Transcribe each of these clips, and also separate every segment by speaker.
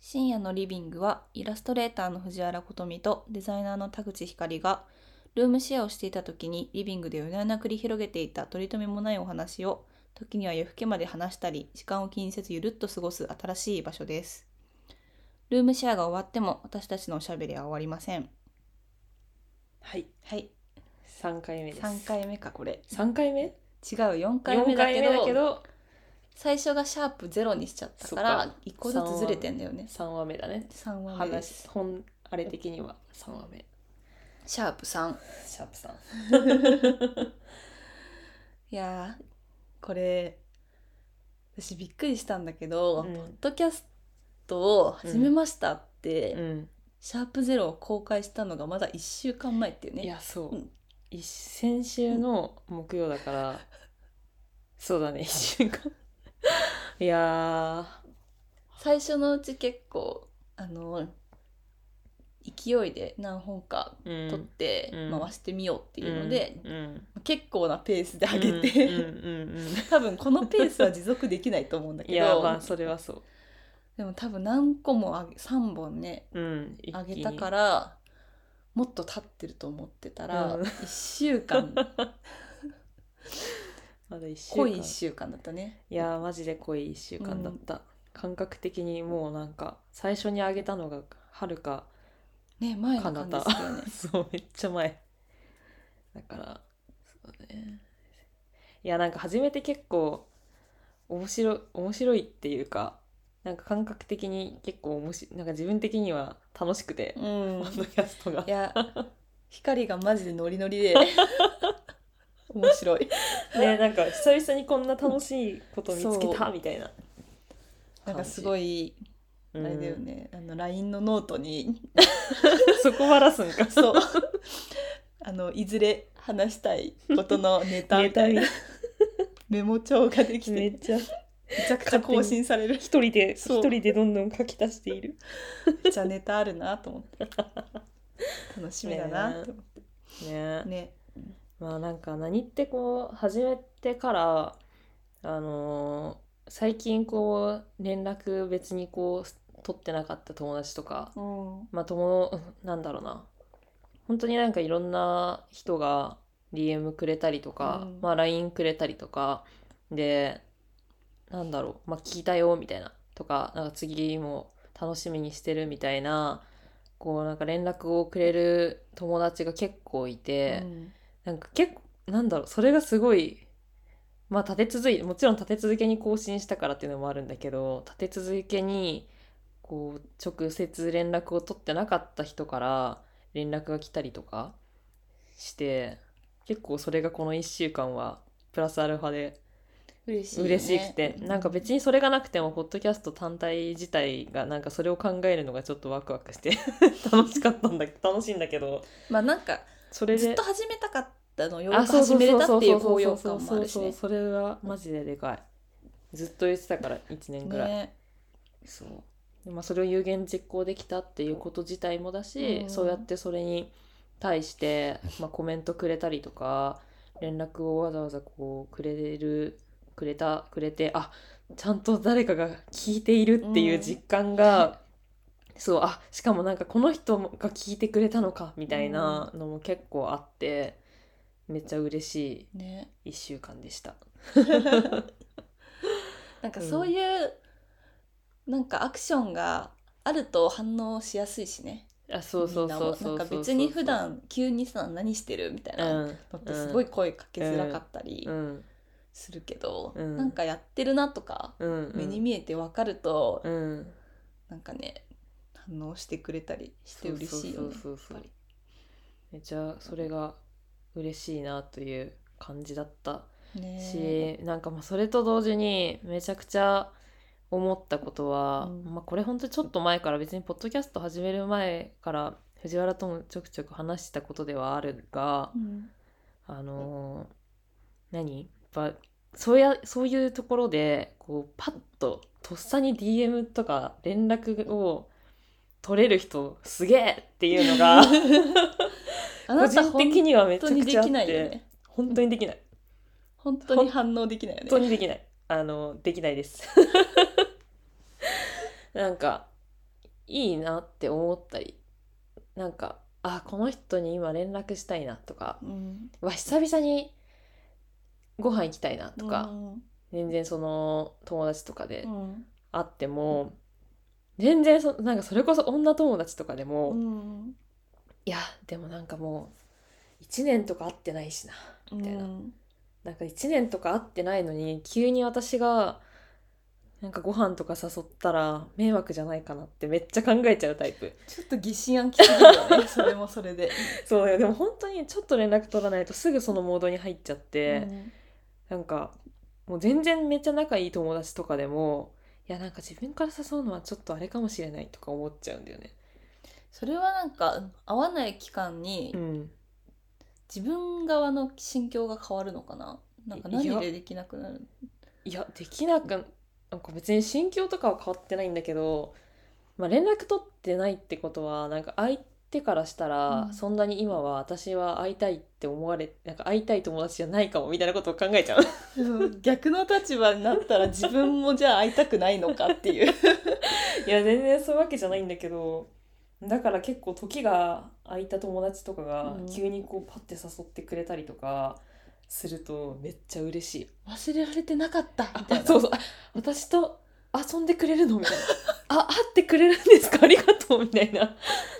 Speaker 1: 深夜のリビングはイラストレーターの藤原琴美とデザイナーの田口光がルームシェアをしていた時にリビングで夜な夜な繰り広げていた取り留めもないお話を時には夜更けまで話したり時間を気にせずゆるっと過ごす新しい場所ですルームシェアが終わっても私たちのおしゃべりは終わりません
Speaker 2: はい、
Speaker 1: はい
Speaker 2: 三回目です。
Speaker 1: 3。回目かこれ
Speaker 2: 三回目？
Speaker 1: 違う4回目
Speaker 2: 四
Speaker 1: だ
Speaker 2: 回
Speaker 1: け
Speaker 2: 目だ
Speaker 1: ど
Speaker 2: けど、
Speaker 1: 最初がシャープゼロにしちゃったか
Speaker 2: そっ
Speaker 1: ら
Speaker 2: か
Speaker 1: 1個ずつずれてんだよね
Speaker 2: 三話目だね。
Speaker 1: 3話目で
Speaker 2: 話
Speaker 1: す
Speaker 2: 本あれ的には三話目。
Speaker 1: シャープ3
Speaker 2: シャープさん。
Speaker 1: いやーこれ私びっくりしたんだけど、
Speaker 2: うん
Speaker 1: ポッドキャストを始めましたって、
Speaker 2: うん。
Speaker 1: シャープゼロを公開したのがまだ1週間前っていうね
Speaker 2: いやそう
Speaker 1: うん。
Speaker 2: 一先週の木曜だから、そうだね一週間。 いや
Speaker 1: 最初のうち結構あの勢いで何本か
Speaker 2: ー、うん
Speaker 1: 撮って
Speaker 2: うん
Speaker 1: 回してみようっていうので、
Speaker 2: うんうん、
Speaker 1: 結構なペースで上げて、
Speaker 2: うんうんうんうん
Speaker 1: 多分このペースは持続できないと思うんだ
Speaker 2: い
Speaker 1: け
Speaker 2: や
Speaker 1: ど
Speaker 2: まあそれはそ
Speaker 1: でも多分何個もあげ3本ね
Speaker 2: う。うん。。
Speaker 1: あげたかららもっと経ってると思ってたら、
Speaker 2: うん
Speaker 1: 1週 間
Speaker 2: まだ一週
Speaker 1: 濃い
Speaker 2: 間
Speaker 1: 1。週間だったね
Speaker 2: いやーマジで濃い1週間だった、感覚的にもうなんか最初にあげたのがはるか
Speaker 1: ね前の
Speaker 2: 彼
Speaker 1: 感じ
Speaker 2: 方
Speaker 1: ですよね
Speaker 2: そうめっちゃ前だからそうねいやなんか初めて結構面白い面白いっていうかなんか感覚的に結構面白いなんか自分的には楽しくて
Speaker 1: う、
Speaker 2: ポ
Speaker 1: ん
Speaker 2: ッドキャストが
Speaker 1: いや光がマジでノリノリ で面白い
Speaker 2: ねなんか久々にこんな楽しいこと見つけたみたいな
Speaker 1: なんかすご
Speaker 2: い、
Speaker 1: いあ
Speaker 2: うん
Speaker 1: れだよね、あの LINE のノートに
Speaker 2: そこばらすんか
Speaker 1: そう あのいずれ話したいことのネタみ
Speaker 2: ネ
Speaker 1: た
Speaker 2: タ
Speaker 1: い
Speaker 2: に
Speaker 1: なメモ帳ができて
Speaker 2: め
Speaker 1: め
Speaker 2: っちゃ
Speaker 1: ちゃくちゃ更新される
Speaker 2: 一人で
Speaker 1: そう
Speaker 2: 一人でどんどん書き足している
Speaker 1: めっちゃネタあるなと思って楽しみだなと思っ
Speaker 2: ね
Speaker 1: てね
Speaker 2: まあなんか何ってこう始めてからあのー最近こう連絡別にこう取ってなかった友達とか
Speaker 1: うん
Speaker 2: まあ友うんなんだろうな本当になんかいろんな人が DM くれたりとか、
Speaker 1: うん
Speaker 2: まあ LINE くれたりとかでなんだろうまあ聞いたよみたいなとかなんか次も楽しみにしてるみたいなこうなんか連絡をくれる友達が結構いて、なんか結構なんだろうそれがすごいまあ立て続いもちろん立て続けに更新したからっていうのもあるんだけど立て続けにこう直接連絡を取ってなかった人から連絡が来たりとかして結構それがこの1週間はプラスアルファで
Speaker 1: 嬉しいよね
Speaker 2: 嬉しくて、なんか別にそれがなくてもポッドキャスト単体自体がなんかそれを考えるのがちょっとワクワクして 楽しかったんだ楽しいんだけど
Speaker 1: まあなんか
Speaker 2: それで
Speaker 1: ずっと始めたかったのようや
Speaker 2: あ
Speaker 1: く
Speaker 2: そう
Speaker 1: 始
Speaker 2: そう
Speaker 1: めれ
Speaker 2: そう
Speaker 1: た
Speaker 2: そ
Speaker 1: っ
Speaker 2: う
Speaker 1: てい
Speaker 2: そううそ
Speaker 1: 高
Speaker 2: う
Speaker 1: 揚感もあるし
Speaker 2: そうそう
Speaker 1: ね
Speaker 2: それはマジででかいずっと言ってたから1年ぐらい、
Speaker 1: ね
Speaker 2: そうでまあ、それを有言実行できたっていうこと自体もだし、
Speaker 1: うん
Speaker 2: そうやってそれに対して、まあ、コメントくれたりとか連絡をわざわざこうくれるくれたくれてあちゃんと誰かが聞いているっていう実感が、そうあしかもなんかこの人が聞いてくれたのかみたいなのも結構あって、めっちゃ嬉し
Speaker 1: ね
Speaker 2: い1週間でした。
Speaker 1: なんかそういう、なんかアクションがあると反応しやすいしね
Speaker 2: あそうそうそう
Speaker 1: み
Speaker 2: そ
Speaker 1: んなも
Speaker 2: う
Speaker 1: なんか別に普段急にさ何してるみたいなのってすごい声かけづらかったり
Speaker 2: うん
Speaker 1: するけど、
Speaker 2: うん
Speaker 1: なんかやってるなとか
Speaker 2: うんうん
Speaker 1: 目に見えて分かると、
Speaker 2: うん
Speaker 1: なんかね反応してくれたりして嬉しいよね
Speaker 2: そうそうそうそう
Speaker 1: やっぱり
Speaker 2: めっちゃそれが嬉しいなという感じだったし、
Speaker 1: ね
Speaker 2: なんかまあそれと同時にめちゃくちゃ思ったことは、
Speaker 1: うん
Speaker 2: まあ、これ本当にちょっと前から別にポッドキャスト始める前から藤原ともちょくちょく話してたことではあるが、
Speaker 1: うん
Speaker 2: あのー何やっぱそうやそういうところでこうパッととっさに DM とか連絡を取れる人すげえっていうの が
Speaker 1: あ
Speaker 2: 個
Speaker 1: なた
Speaker 2: 人的にはめちゃ
Speaker 1: 本当に
Speaker 2: く
Speaker 1: で
Speaker 2: ちゃあっ
Speaker 1: きないよ
Speaker 2: て
Speaker 1: ね
Speaker 2: 本当にできない
Speaker 1: 本当に反応できないよね
Speaker 2: 本当に できないあのできないですなんかいいなって思ったりなんかあこの人に今連絡したいなとか
Speaker 1: うん
Speaker 2: わ久々にご飯行きたいなとか、
Speaker 1: うん
Speaker 2: 全然その友達とかで
Speaker 1: うん
Speaker 2: 会っても、全然そなんかそれこそ女友達とかでも、
Speaker 1: うん
Speaker 2: いやでもなんかもう1年とか会ってないしなみたいな、
Speaker 1: うん
Speaker 2: なんか1年とか会ってないのに急に私がなんかご飯とか誘ったら迷惑じゃないかなってめっちゃ考えちゃうタイ プ
Speaker 1: ちょっと疑心暗鬼すぎる よねそれもそれで、
Speaker 2: そうでも本当にちょっと連絡取らないとすぐそのモードに入っちゃって、
Speaker 1: うん
Speaker 2: なんかもう全然めっちゃ仲いい友達とかでもいやなんか自分から誘うのはちょっとあれかもしれないとか思っちゃうんだよね。
Speaker 1: それはなんか会わない期間に
Speaker 2: うん、
Speaker 1: 自分側の心境が変わるのかななんか
Speaker 2: いや
Speaker 1: 何でできなくなる
Speaker 2: いやできなくなんか別に心境とかは変わってないんだけど、まあ、連絡取ってないってことはなんか相手からしたら、
Speaker 1: うん
Speaker 2: そんなに今は私は会いたいって思われなんか会いたい友達じゃないかもみ たいなことを考えちゃう
Speaker 1: 逆の立場になったら自分もじゃあ会いたくないのかっていう
Speaker 2: いや全然そういうわけじゃないんだけどだから結構時が空いた友達とかが
Speaker 1: うん
Speaker 2: 急にこうパッて誘ってくれたりとかするとめっちゃ嬉しい
Speaker 1: 忘れられてなかったみたいな
Speaker 2: そうそうあ私と遊んでくれるのみたいな あ会ってくれるんですかあり がとうみたいな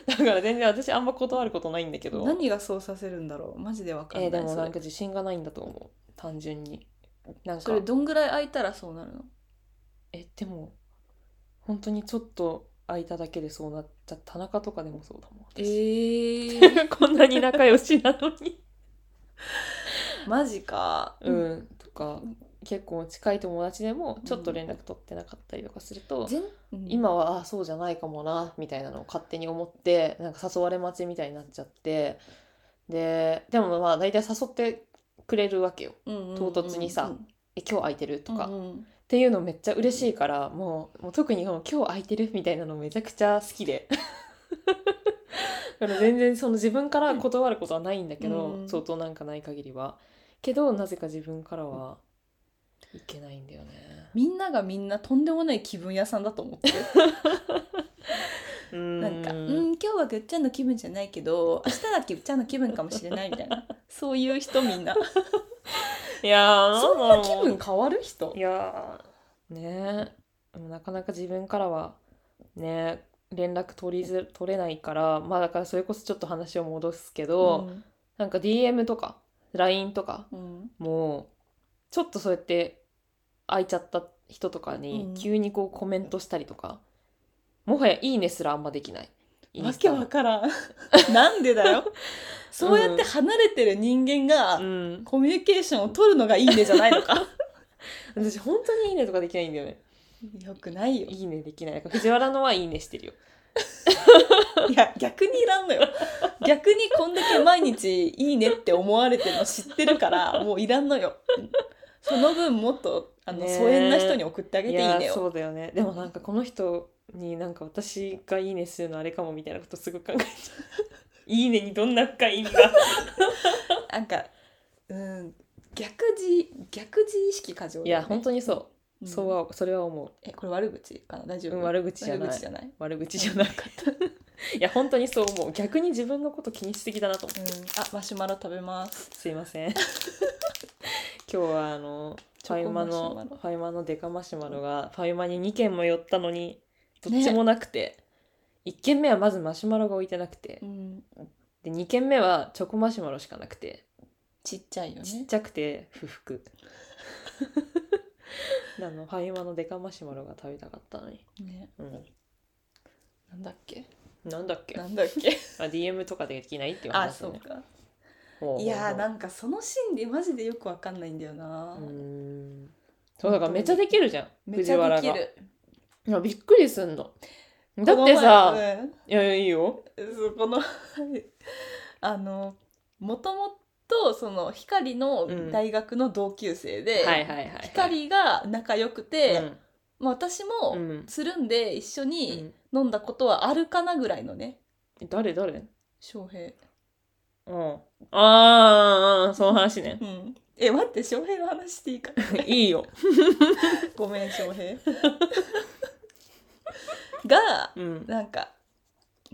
Speaker 2: だから全然私あんま断ることないんだけど
Speaker 1: 何がそうさせるんだろうマジでわかん
Speaker 2: え
Speaker 1: ない、
Speaker 2: ーでも
Speaker 1: それ
Speaker 2: なんか自信がないんだと思う単純になん
Speaker 1: そ
Speaker 2: か
Speaker 1: れどんぐらい空いたらそうなるの
Speaker 2: えでも本当にちょっと空いただけでそうなっちゃった田中とかでもそうだもん
Speaker 1: え
Speaker 2: 私
Speaker 1: ー、
Speaker 2: こんなに仲良しなのに
Speaker 1: マジか
Speaker 2: うんとか結構近い友達でもちょっと連絡取ってなかったりとかすると、
Speaker 1: 全うん
Speaker 2: 今はあそうじゃないかもなみたいなのを勝手に思ってなんか誘われ待ちみたいになっちゃってででもまあ大体誘ってくれるわけよ
Speaker 1: うんうんうん
Speaker 2: 唐突にさ「え今日空いてる?」とか、
Speaker 1: う
Speaker 2: っ
Speaker 1: んうん
Speaker 2: ていうのめっちゃ嬉しいからもうもう特にもう今日空いてる?」みたいなのめちゃくちゃ好きで だから全然その自分から断ることはないんだけど、
Speaker 1: うん
Speaker 2: 相当なんかない限りはけどなぜか自分からはいけないんだよね。
Speaker 1: みんながみんなとんでもない気分屋さんだと思ってるな
Speaker 2: な
Speaker 1: んか「うん今日はぐっちゃんの気分じゃないけ ど明日だけぐっちゃんの気分かもしれない」みたいなそういう人みんない
Speaker 2: やー
Speaker 1: そん
Speaker 2: だ
Speaker 1: な
Speaker 2: ろう
Speaker 1: 気分変わる人
Speaker 2: いやーねえでもなかなか自分からはね連絡取りず取れないからまあだからそれこそちょっと話を戻すけど、
Speaker 1: うん
Speaker 2: なんか DM とか LINE とか
Speaker 1: うん
Speaker 2: もうちょっとそうやって空いちゃった人とか
Speaker 1: う
Speaker 2: に
Speaker 1: ん
Speaker 2: 急にこうコメントしたりとか、もはや「いいね」すらあんまできない。イン
Speaker 1: わ
Speaker 2: ス
Speaker 1: け
Speaker 2: タ
Speaker 1: わからんなん でだよそうやって離れてる人間が、
Speaker 2: うん、
Speaker 1: コミュニケーションを取るのがいいんでじゃないのか
Speaker 2: 私本当に「いいね」とかできない んだよね。
Speaker 1: よくないよ
Speaker 2: いいねできない。なんか藤原のは「いいね」してるよ。
Speaker 1: いや逆にいらんのよ逆にこんだけ毎日いいねって思われてるの知ってるからもういらんのよその分もっとあの
Speaker 2: ねえ
Speaker 1: 疎遠な人に送ってあげていい
Speaker 2: や
Speaker 1: ねよ
Speaker 2: そうだよねでもなんかこの人になんか私が「いいね」するのあれかもみたいなことすごく考えちゃう「いいね」にどんな深い意味が
Speaker 1: なんかうん逆自逆自意識過剰
Speaker 2: いや本当にそうう、
Speaker 1: ん
Speaker 2: そうはそれは思
Speaker 1: えこれ悪口かな大
Speaker 2: う、
Speaker 1: 丈
Speaker 2: う
Speaker 1: 夫、
Speaker 2: ん、悪口じゃない
Speaker 1: 悪
Speaker 2: 悪
Speaker 1: 口
Speaker 2: 口
Speaker 1: じゃない
Speaker 2: じゃなかったいや本当にそう思う逆に自分のこと気にしすぎだなと思う
Speaker 1: うんあマシュマロ食べます
Speaker 2: すいま せん今日はあの
Speaker 1: チ
Speaker 2: ファ
Speaker 1: ョ
Speaker 2: イ
Speaker 1: コ
Speaker 2: マ
Speaker 1: マシュマ
Speaker 2: の
Speaker 1: ロ
Speaker 2: ファイマのデカマシュマロがファイマに2軒も寄ったのにどっちもなくて、1軒目はまずマシュマロが置いてなくて、
Speaker 1: うん
Speaker 2: で2軒目はチョコマシュマロしかなくて
Speaker 1: ちっちゃいよ
Speaker 2: ちっ
Speaker 1: ね
Speaker 2: ちゃくて不服 あのファイマのデカマシュマロが食べたかったのに、
Speaker 1: ね
Speaker 2: う
Speaker 1: なんだっけ
Speaker 2: ん、なんだっけ
Speaker 1: な
Speaker 2: あ
Speaker 1: んだっけ
Speaker 2: DM とかできないっていう
Speaker 1: あ
Speaker 2: 話
Speaker 1: そう
Speaker 2: ね
Speaker 1: か
Speaker 2: ほうほうほう
Speaker 1: いやーなんかその心理マジでよくわかんないんだよな、
Speaker 2: うーんそうだからめっちゃできるじゃん
Speaker 1: めちゃでき
Speaker 2: 藤原
Speaker 1: る
Speaker 2: がいやびっくりすんのだって
Speaker 1: この
Speaker 2: さ、
Speaker 1: 前うん
Speaker 2: いやいやいいよ
Speaker 1: そうこの あのもともとその光の大学の同級生で、
Speaker 2: はいはいはい
Speaker 1: 光が仲良くて、まあ、私
Speaker 2: う
Speaker 1: も
Speaker 2: んうん
Speaker 1: つるんで一緒
Speaker 2: う
Speaker 1: に
Speaker 2: ん
Speaker 1: 飲んだことはあるかなぐらいのね
Speaker 2: 誰誰うん
Speaker 1: 翔平
Speaker 2: あーあーその話ね
Speaker 1: うんえ待って翔平の話していいか
Speaker 2: いいよ
Speaker 1: ごめん翔平でが
Speaker 2: うん
Speaker 1: なんか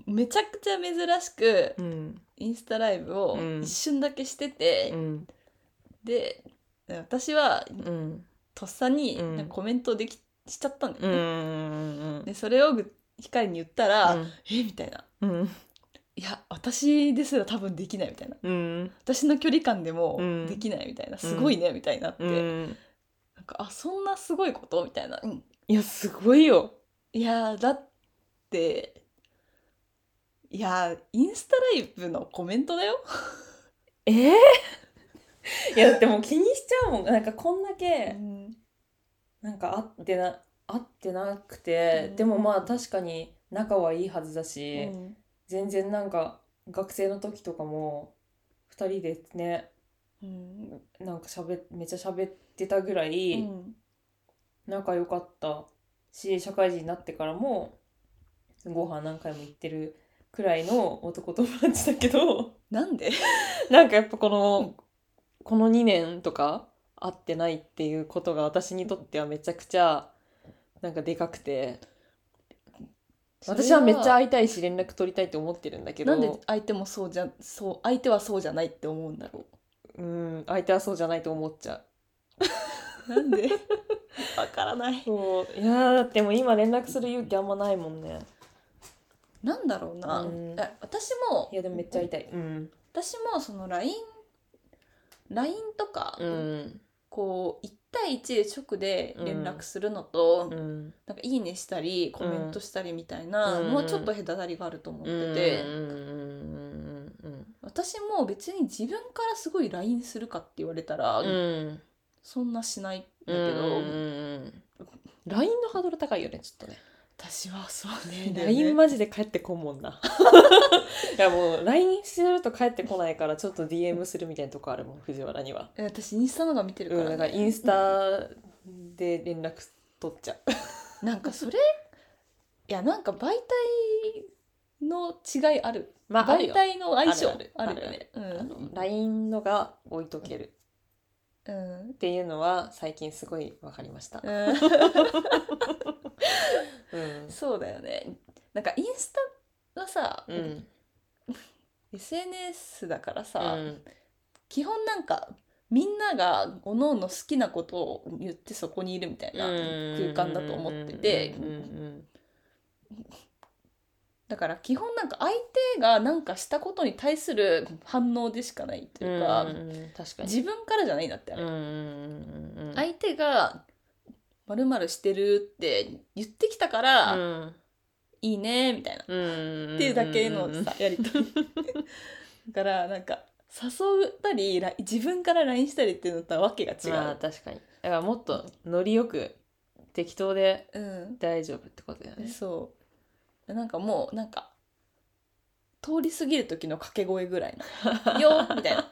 Speaker 1: めちゃくちゃ珍しく
Speaker 2: うん
Speaker 1: インスタライブを
Speaker 2: うん
Speaker 1: 一瞬だけしてて、
Speaker 2: うん
Speaker 1: で私は
Speaker 2: うん
Speaker 1: とっさに
Speaker 2: うん
Speaker 1: なんかコメントできしちゃったんだ
Speaker 2: う
Speaker 1: よね。
Speaker 2: ん
Speaker 1: でそれをぐ光に言ったら「えみたいな
Speaker 2: うん
Speaker 1: 「いや私ですら多分できない」みたいな
Speaker 2: うん
Speaker 1: 「私の距離感でも
Speaker 2: うん
Speaker 1: できない」みたいな「すごいね」みたいになって、
Speaker 2: うん
Speaker 1: なんか「あそんなすごいこと?」みたいな「うん
Speaker 2: いやすごいよ
Speaker 1: いやーだっていやーインスタライブのコメントだよ。
Speaker 2: えー、 いやだってもう気にしちゃうもんなんかこんだけなんか会ってな会ってなくて、
Speaker 1: うん
Speaker 2: でもまあ確かに仲はいいはずだし、
Speaker 1: うん
Speaker 2: 全然なんか学生の時とかも2人でね
Speaker 1: うん
Speaker 2: なんかしゃべめっちゃ喋ってたぐらい仲良かったし社会人になってからもご飯何回も行ってるくらいの男友達だけど
Speaker 1: なんで
Speaker 2: なんかやっぱこの、この2年とか会ってないっていうことが私にとってはめちゃくちゃなんかでかくて 私はめっちゃ会いたいし連絡取りたいと思ってるんだけど
Speaker 1: なんで相手もそうじゃそう相手はそうじゃないって思うんだろ
Speaker 2: うん相手はそうじゃないと思っちゃう。
Speaker 1: うなんで わからない
Speaker 2: そういやーだってもう今連絡する勇気あんまないもんね
Speaker 1: なんだろうな、
Speaker 2: うん
Speaker 1: え私も
Speaker 2: いやでもめっちゃ会いたいうん
Speaker 1: 私もその LINE, LINE とか、
Speaker 2: うん
Speaker 1: こう1対1で直で連絡するのと、
Speaker 2: うん
Speaker 1: なんかいいねしたりコメントしたりみたいな、
Speaker 2: うん
Speaker 1: もうちょっと隔たりがあると思って
Speaker 2: うん
Speaker 1: て、
Speaker 2: うん
Speaker 1: 私も別に自分からすごい LINE するかって言われたら、
Speaker 2: うんうん
Speaker 1: そんなしないんだけ
Speaker 2: だ
Speaker 1: ど、
Speaker 2: けど LINE のハードル高いよねちょっとね
Speaker 1: 私はそうね
Speaker 2: LINE マジで帰ってこんもんな いやもう LINE すると帰ってこないからちょっと DM するみたいなとこあるもん藤原には
Speaker 1: え私インスタのが見てる
Speaker 2: う
Speaker 1: か
Speaker 2: ん
Speaker 1: ら、
Speaker 2: だ
Speaker 1: ね
Speaker 2: からインスタで連絡取っちゃ う
Speaker 1: なんかそれいやなんか媒体の違いある
Speaker 2: まあある
Speaker 1: 媒
Speaker 2: よ
Speaker 1: 体の相性
Speaker 2: あ
Speaker 1: あ
Speaker 2: る
Speaker 1: る
Speaker 2: ある
Speaker 1: よね
Speaker 2: あの LINE のが置いとけ
Speaker 1: う
Speaker 2: る
Speaker 1: ん、うん
Speaker 2: っていうのは最近すごい分かりました。うん
Speaker 1: うん、そうだよねなんかインスタはさ、
Speaker 2: うん、
Speaker 1: SNS だからさ、
Speaker 2: うん
Speaker 1: 基本なんかみんなが各々好きなことを言ってそこにいるみたいな空間だと思ってて
Speaker 2: うんうん
Speaker 1: だから基本なんか相手がなんかしたことに対する反応でしかないと
Speaker 2: うん
Speaker 1: いうか、
Speaker 2: うん確かに
Speaker 1: 自分からじゃないんだってあれ、
Speaker 2: うんうんうん
Speaker 1: 相手が「まるしてる」って言ってきたから「
Speaker 2: うん
Speaker 1: いいね」みたいな、
Speaker 2: うん
Speaker 1: っていうだけのさやりとりだからなんか誘ったりら自分から LINE したりっていうのとはわけが違う、
Speaker 2: まあ確かにだからもっとノリよく適当で
Speaker 1: うん
Speaker 2: 大丈夫ってことだよね
Speaker 1: そうなんかもうなんか通り過ぎる時の掛け声ぐらいの「よー」みたいな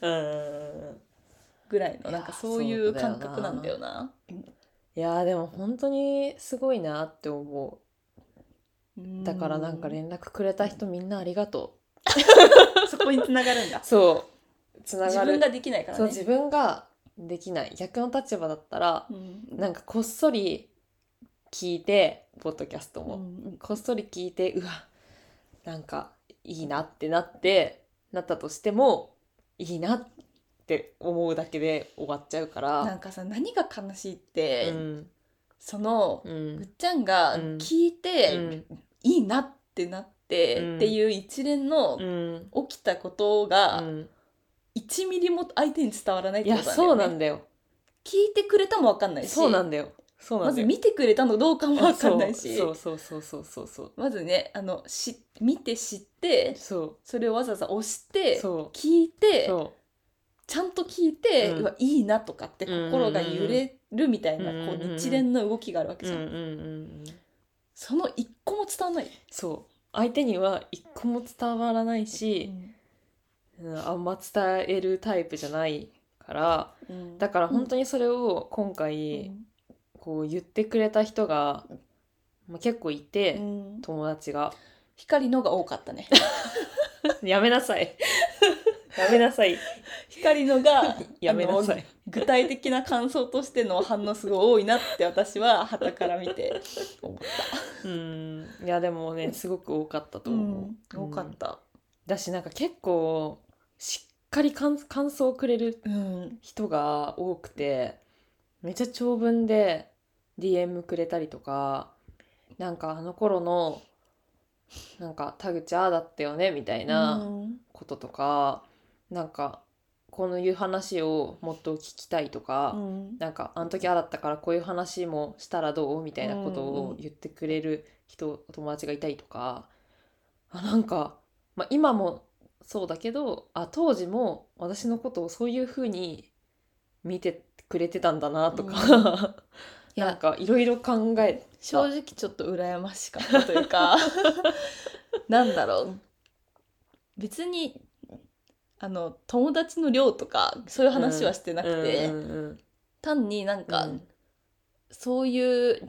Speaker 2: うん
Speaker 1: ぐらいの
Speaker 2: い
Speaker 1: な
Speaker 2: や
Speaker 1: んかそういう
Speaker 2: そうだよ
Speaker 1: 感
Speaker 2: な
Speaker 1: 覚なんだよない
Speaker 2: やーでも本当にすごいなって思うだからなんか
Speaker 1: う
Speaker 2: 連絡くれた人みんなありがと
Speaker 1: そこに繋がるんだ
Speaker 2: うそうつな
Speaker 1: 自
Speaker 2: がる
Speaker 1: 分ができないからね
Speaker 2: そう自分ができない逆の立場だったら、
Speaker 1: うん
Speaker 2: なんかこっそり聞いてポッドキャストも、
Speaker 1: うん
Speaker 2: こっそり聞いてうわなんかいいなってなってなったとしてもいいなって思うだけで終わっちゃうか
Speaker 1: な
Speaker 2: ら
Speaker 1: んかさ何が悲しいって、
Speaker 2: うん
Speaker 1: その
Speaker 2: う
Speaker 1: ぐ
Speaker 2: ん
Speaker 1: っちゃんが
Speaker 2: うん
Speaker 1: 聞いて、
Speaker 2: うん
Speaker 1: いいなってなって、
Speaker 2: うん
Speaker 1: っていう一連の
Speaker 2: うん
Speaker 1: 起きたことが
Speaker 2: うん
Speaker 1: 1ミリも相手に伝わらないっ
Speaker 2: い
Speaker 1: てこ
Speaker 2: や
Speaker 1: と
Speaker 2: そうん
Speaker 1: だ
Speaker 2: な
Speaker 1: よね
Speaker 2: んだよ
Speaker 1: 聞いてくれたも分かんないし
Speaker 2: そうなんだよそうな
Speaker 1: ま
Speaker 2: んだ
Speaker 1: ず
Speaker 2: よ
Speaker 1: 見てくれたのどうかも分かんないし
Speaker 2: そうそうそうそうそうそう
Speaker 1: まずねあのし見て知って
Speaker 2: そう
Speaker 1: それをわざわざ押して
Speaker 2: そ
Speaker 1: 聞いうて
Speaker 2: そう
Speaker 1: ちゃんと聞いて、
Speaker 2: う
Speaker 1: うんわいいなとかって心が揺れるみたいな、
Speaker 2: うん
Speaker 1: こう一連の動きがあるわけ
Speaker 2: うん
Speaker 1: じ
Speaker 2: う
Speaker 1: ゃん、
Speaker 2: んうんうん
Speaker 1: その一個も伝わんない、
Speaker 2: そう相手には一個も伝わらないし、うんあんま伝えるタイプじゃないから
Speaker 1: うん
Speaker 2: だから本当にそれを今回こう言ってくれた人が、まあ、結構いて、
Speaker 1: うんうん
Speaker 2: 友達が
Speaker 1: 光のが多かったね
Speaker 2: 「やめなさいやめなさい
Speaker 1: 光のが
Speaker 2: やめなさ
Speaker 1: あの
Speaker 2: い。
Speaker 1: 具体的な感想としての反応すごい多いなって私は旗から見 て思った。
Speaker 2: うん。いや、でもね、すごく多かったと思う。
Speaker 1: 多かっ
Speaker 2: うん。
Speaker 1: た。
Speaker 2: だし、なんか結構、しっかり感感想をくれる
Speaker 1: うん、
Speaker 2: 人が多くて、めっちゃ長文で DM くれたりとか、なんかあの頃の、なんか田口ああだったよね、みたいな。
Speaker 1: うん
Speaker 2: こととかなんかこういう話をもっと聞きたいとか、
Speaker 1: うん
Speaker 2: なんかあの時ああだったからこういう話もしたらどうみたいなこと
Speaker 1: うんう
Speaker 2: を
Speaker 1: ん
Speaker 2: 言ってくれる人、お友達がいたりとかあなんか、まあ、今もそうだけどあ当時も私のことをそういう風に見てくれてたんだなと か、
Speaker 1: いや
Speaker 2: なんかいろいろ考え
Speaker 1: 正直ちょっと羨ましかったという かなんだろう別にあの友達の量とかそういう話はしてなくて、
Speaker 2: うんうん
Speaker 1: 単になんか、
Speaker 2: うん
Speaker 1: そういう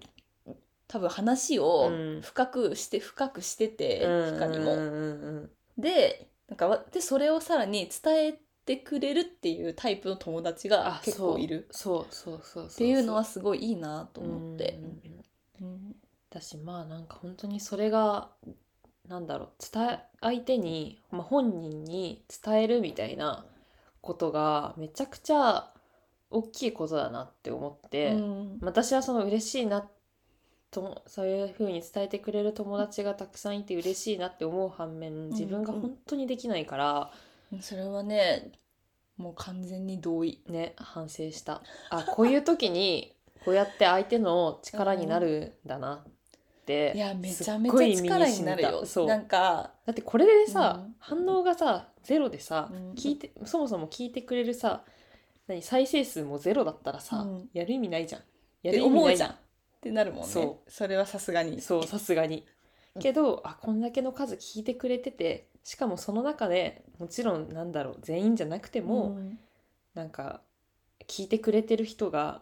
Speaker 1: 多分話を
Speaker 2: うん
Speaker 1: 深くして深くしてて、
Speaker 2: うん、
Speaker 1: ひかり
Speaker 2: うん
Speaker 1: も。
Speaker 2: うんうん
Speaker 1: でなんかわでそれをさらに伝えてくれるっていうタイプの友達が
Speaker 2: あ
Speaker 1: 結構いる
Speaker 2: そうそうそうそうそう
Speaker 1: っていうのはすごいいいなと思って
Speaker 2: うん。うんうん
Speaker 1: うん
Speaker 2: だしまあなんか本当にそれがなんだろう伝え相手に、まあ、本人に伝えるみたいなことがめちゃくちゃ大きいことだなって思って、
Speaker 1: うん
Speaker 2: 私はその嬉しいなとそういうふうに伝えてくれる友達がたくさんいて嬉しいなって思う反面自分が本当にできないから、
Speaker 1: それはねもう完全に同意
Speaker 2: ね反省したあこういう時にこうやって相手の力になるんだなって
Speaker 1: いやめちゃ
Speaker 2: す
Speaker 1: め
Speaker 2: っごい
Speaker 1: ちゃ力になる
Speaker 2: 身
Speaker 1: よ
Speaker 2: に染みたそう
Speaker 1: なんか
Speaker 2: だってこれでさ、
Speaker 1: うん
Speaker 2: 反応がさゼロでさ、
Speaker 1: うん
Speaker 2: 聞いてそもそも聞いてくれるさ何再生数もゼロだったらさ、
Speaker 1: うん
Speaker 2: やる意味ないじゃん。や
Speaker 1: って
Speaker 2: る意味
Speaker 1: 思
Speaker 2: な
Speaker 1: う
Speaker 2: い
Speaker 1: じゃんってなるもんねそ
Speaker 2: そ
Speaker 1: れはさすがに
Speaker 2: そうさすがに
Speaker 1: う。ん
Speaker 2: けどあこんだけの数聞いてくれててしかもその中でもちろんなんだろう全員じゃなくても、
Speaker 1: ん
Speaker 2: なんか聞いてくれてる人が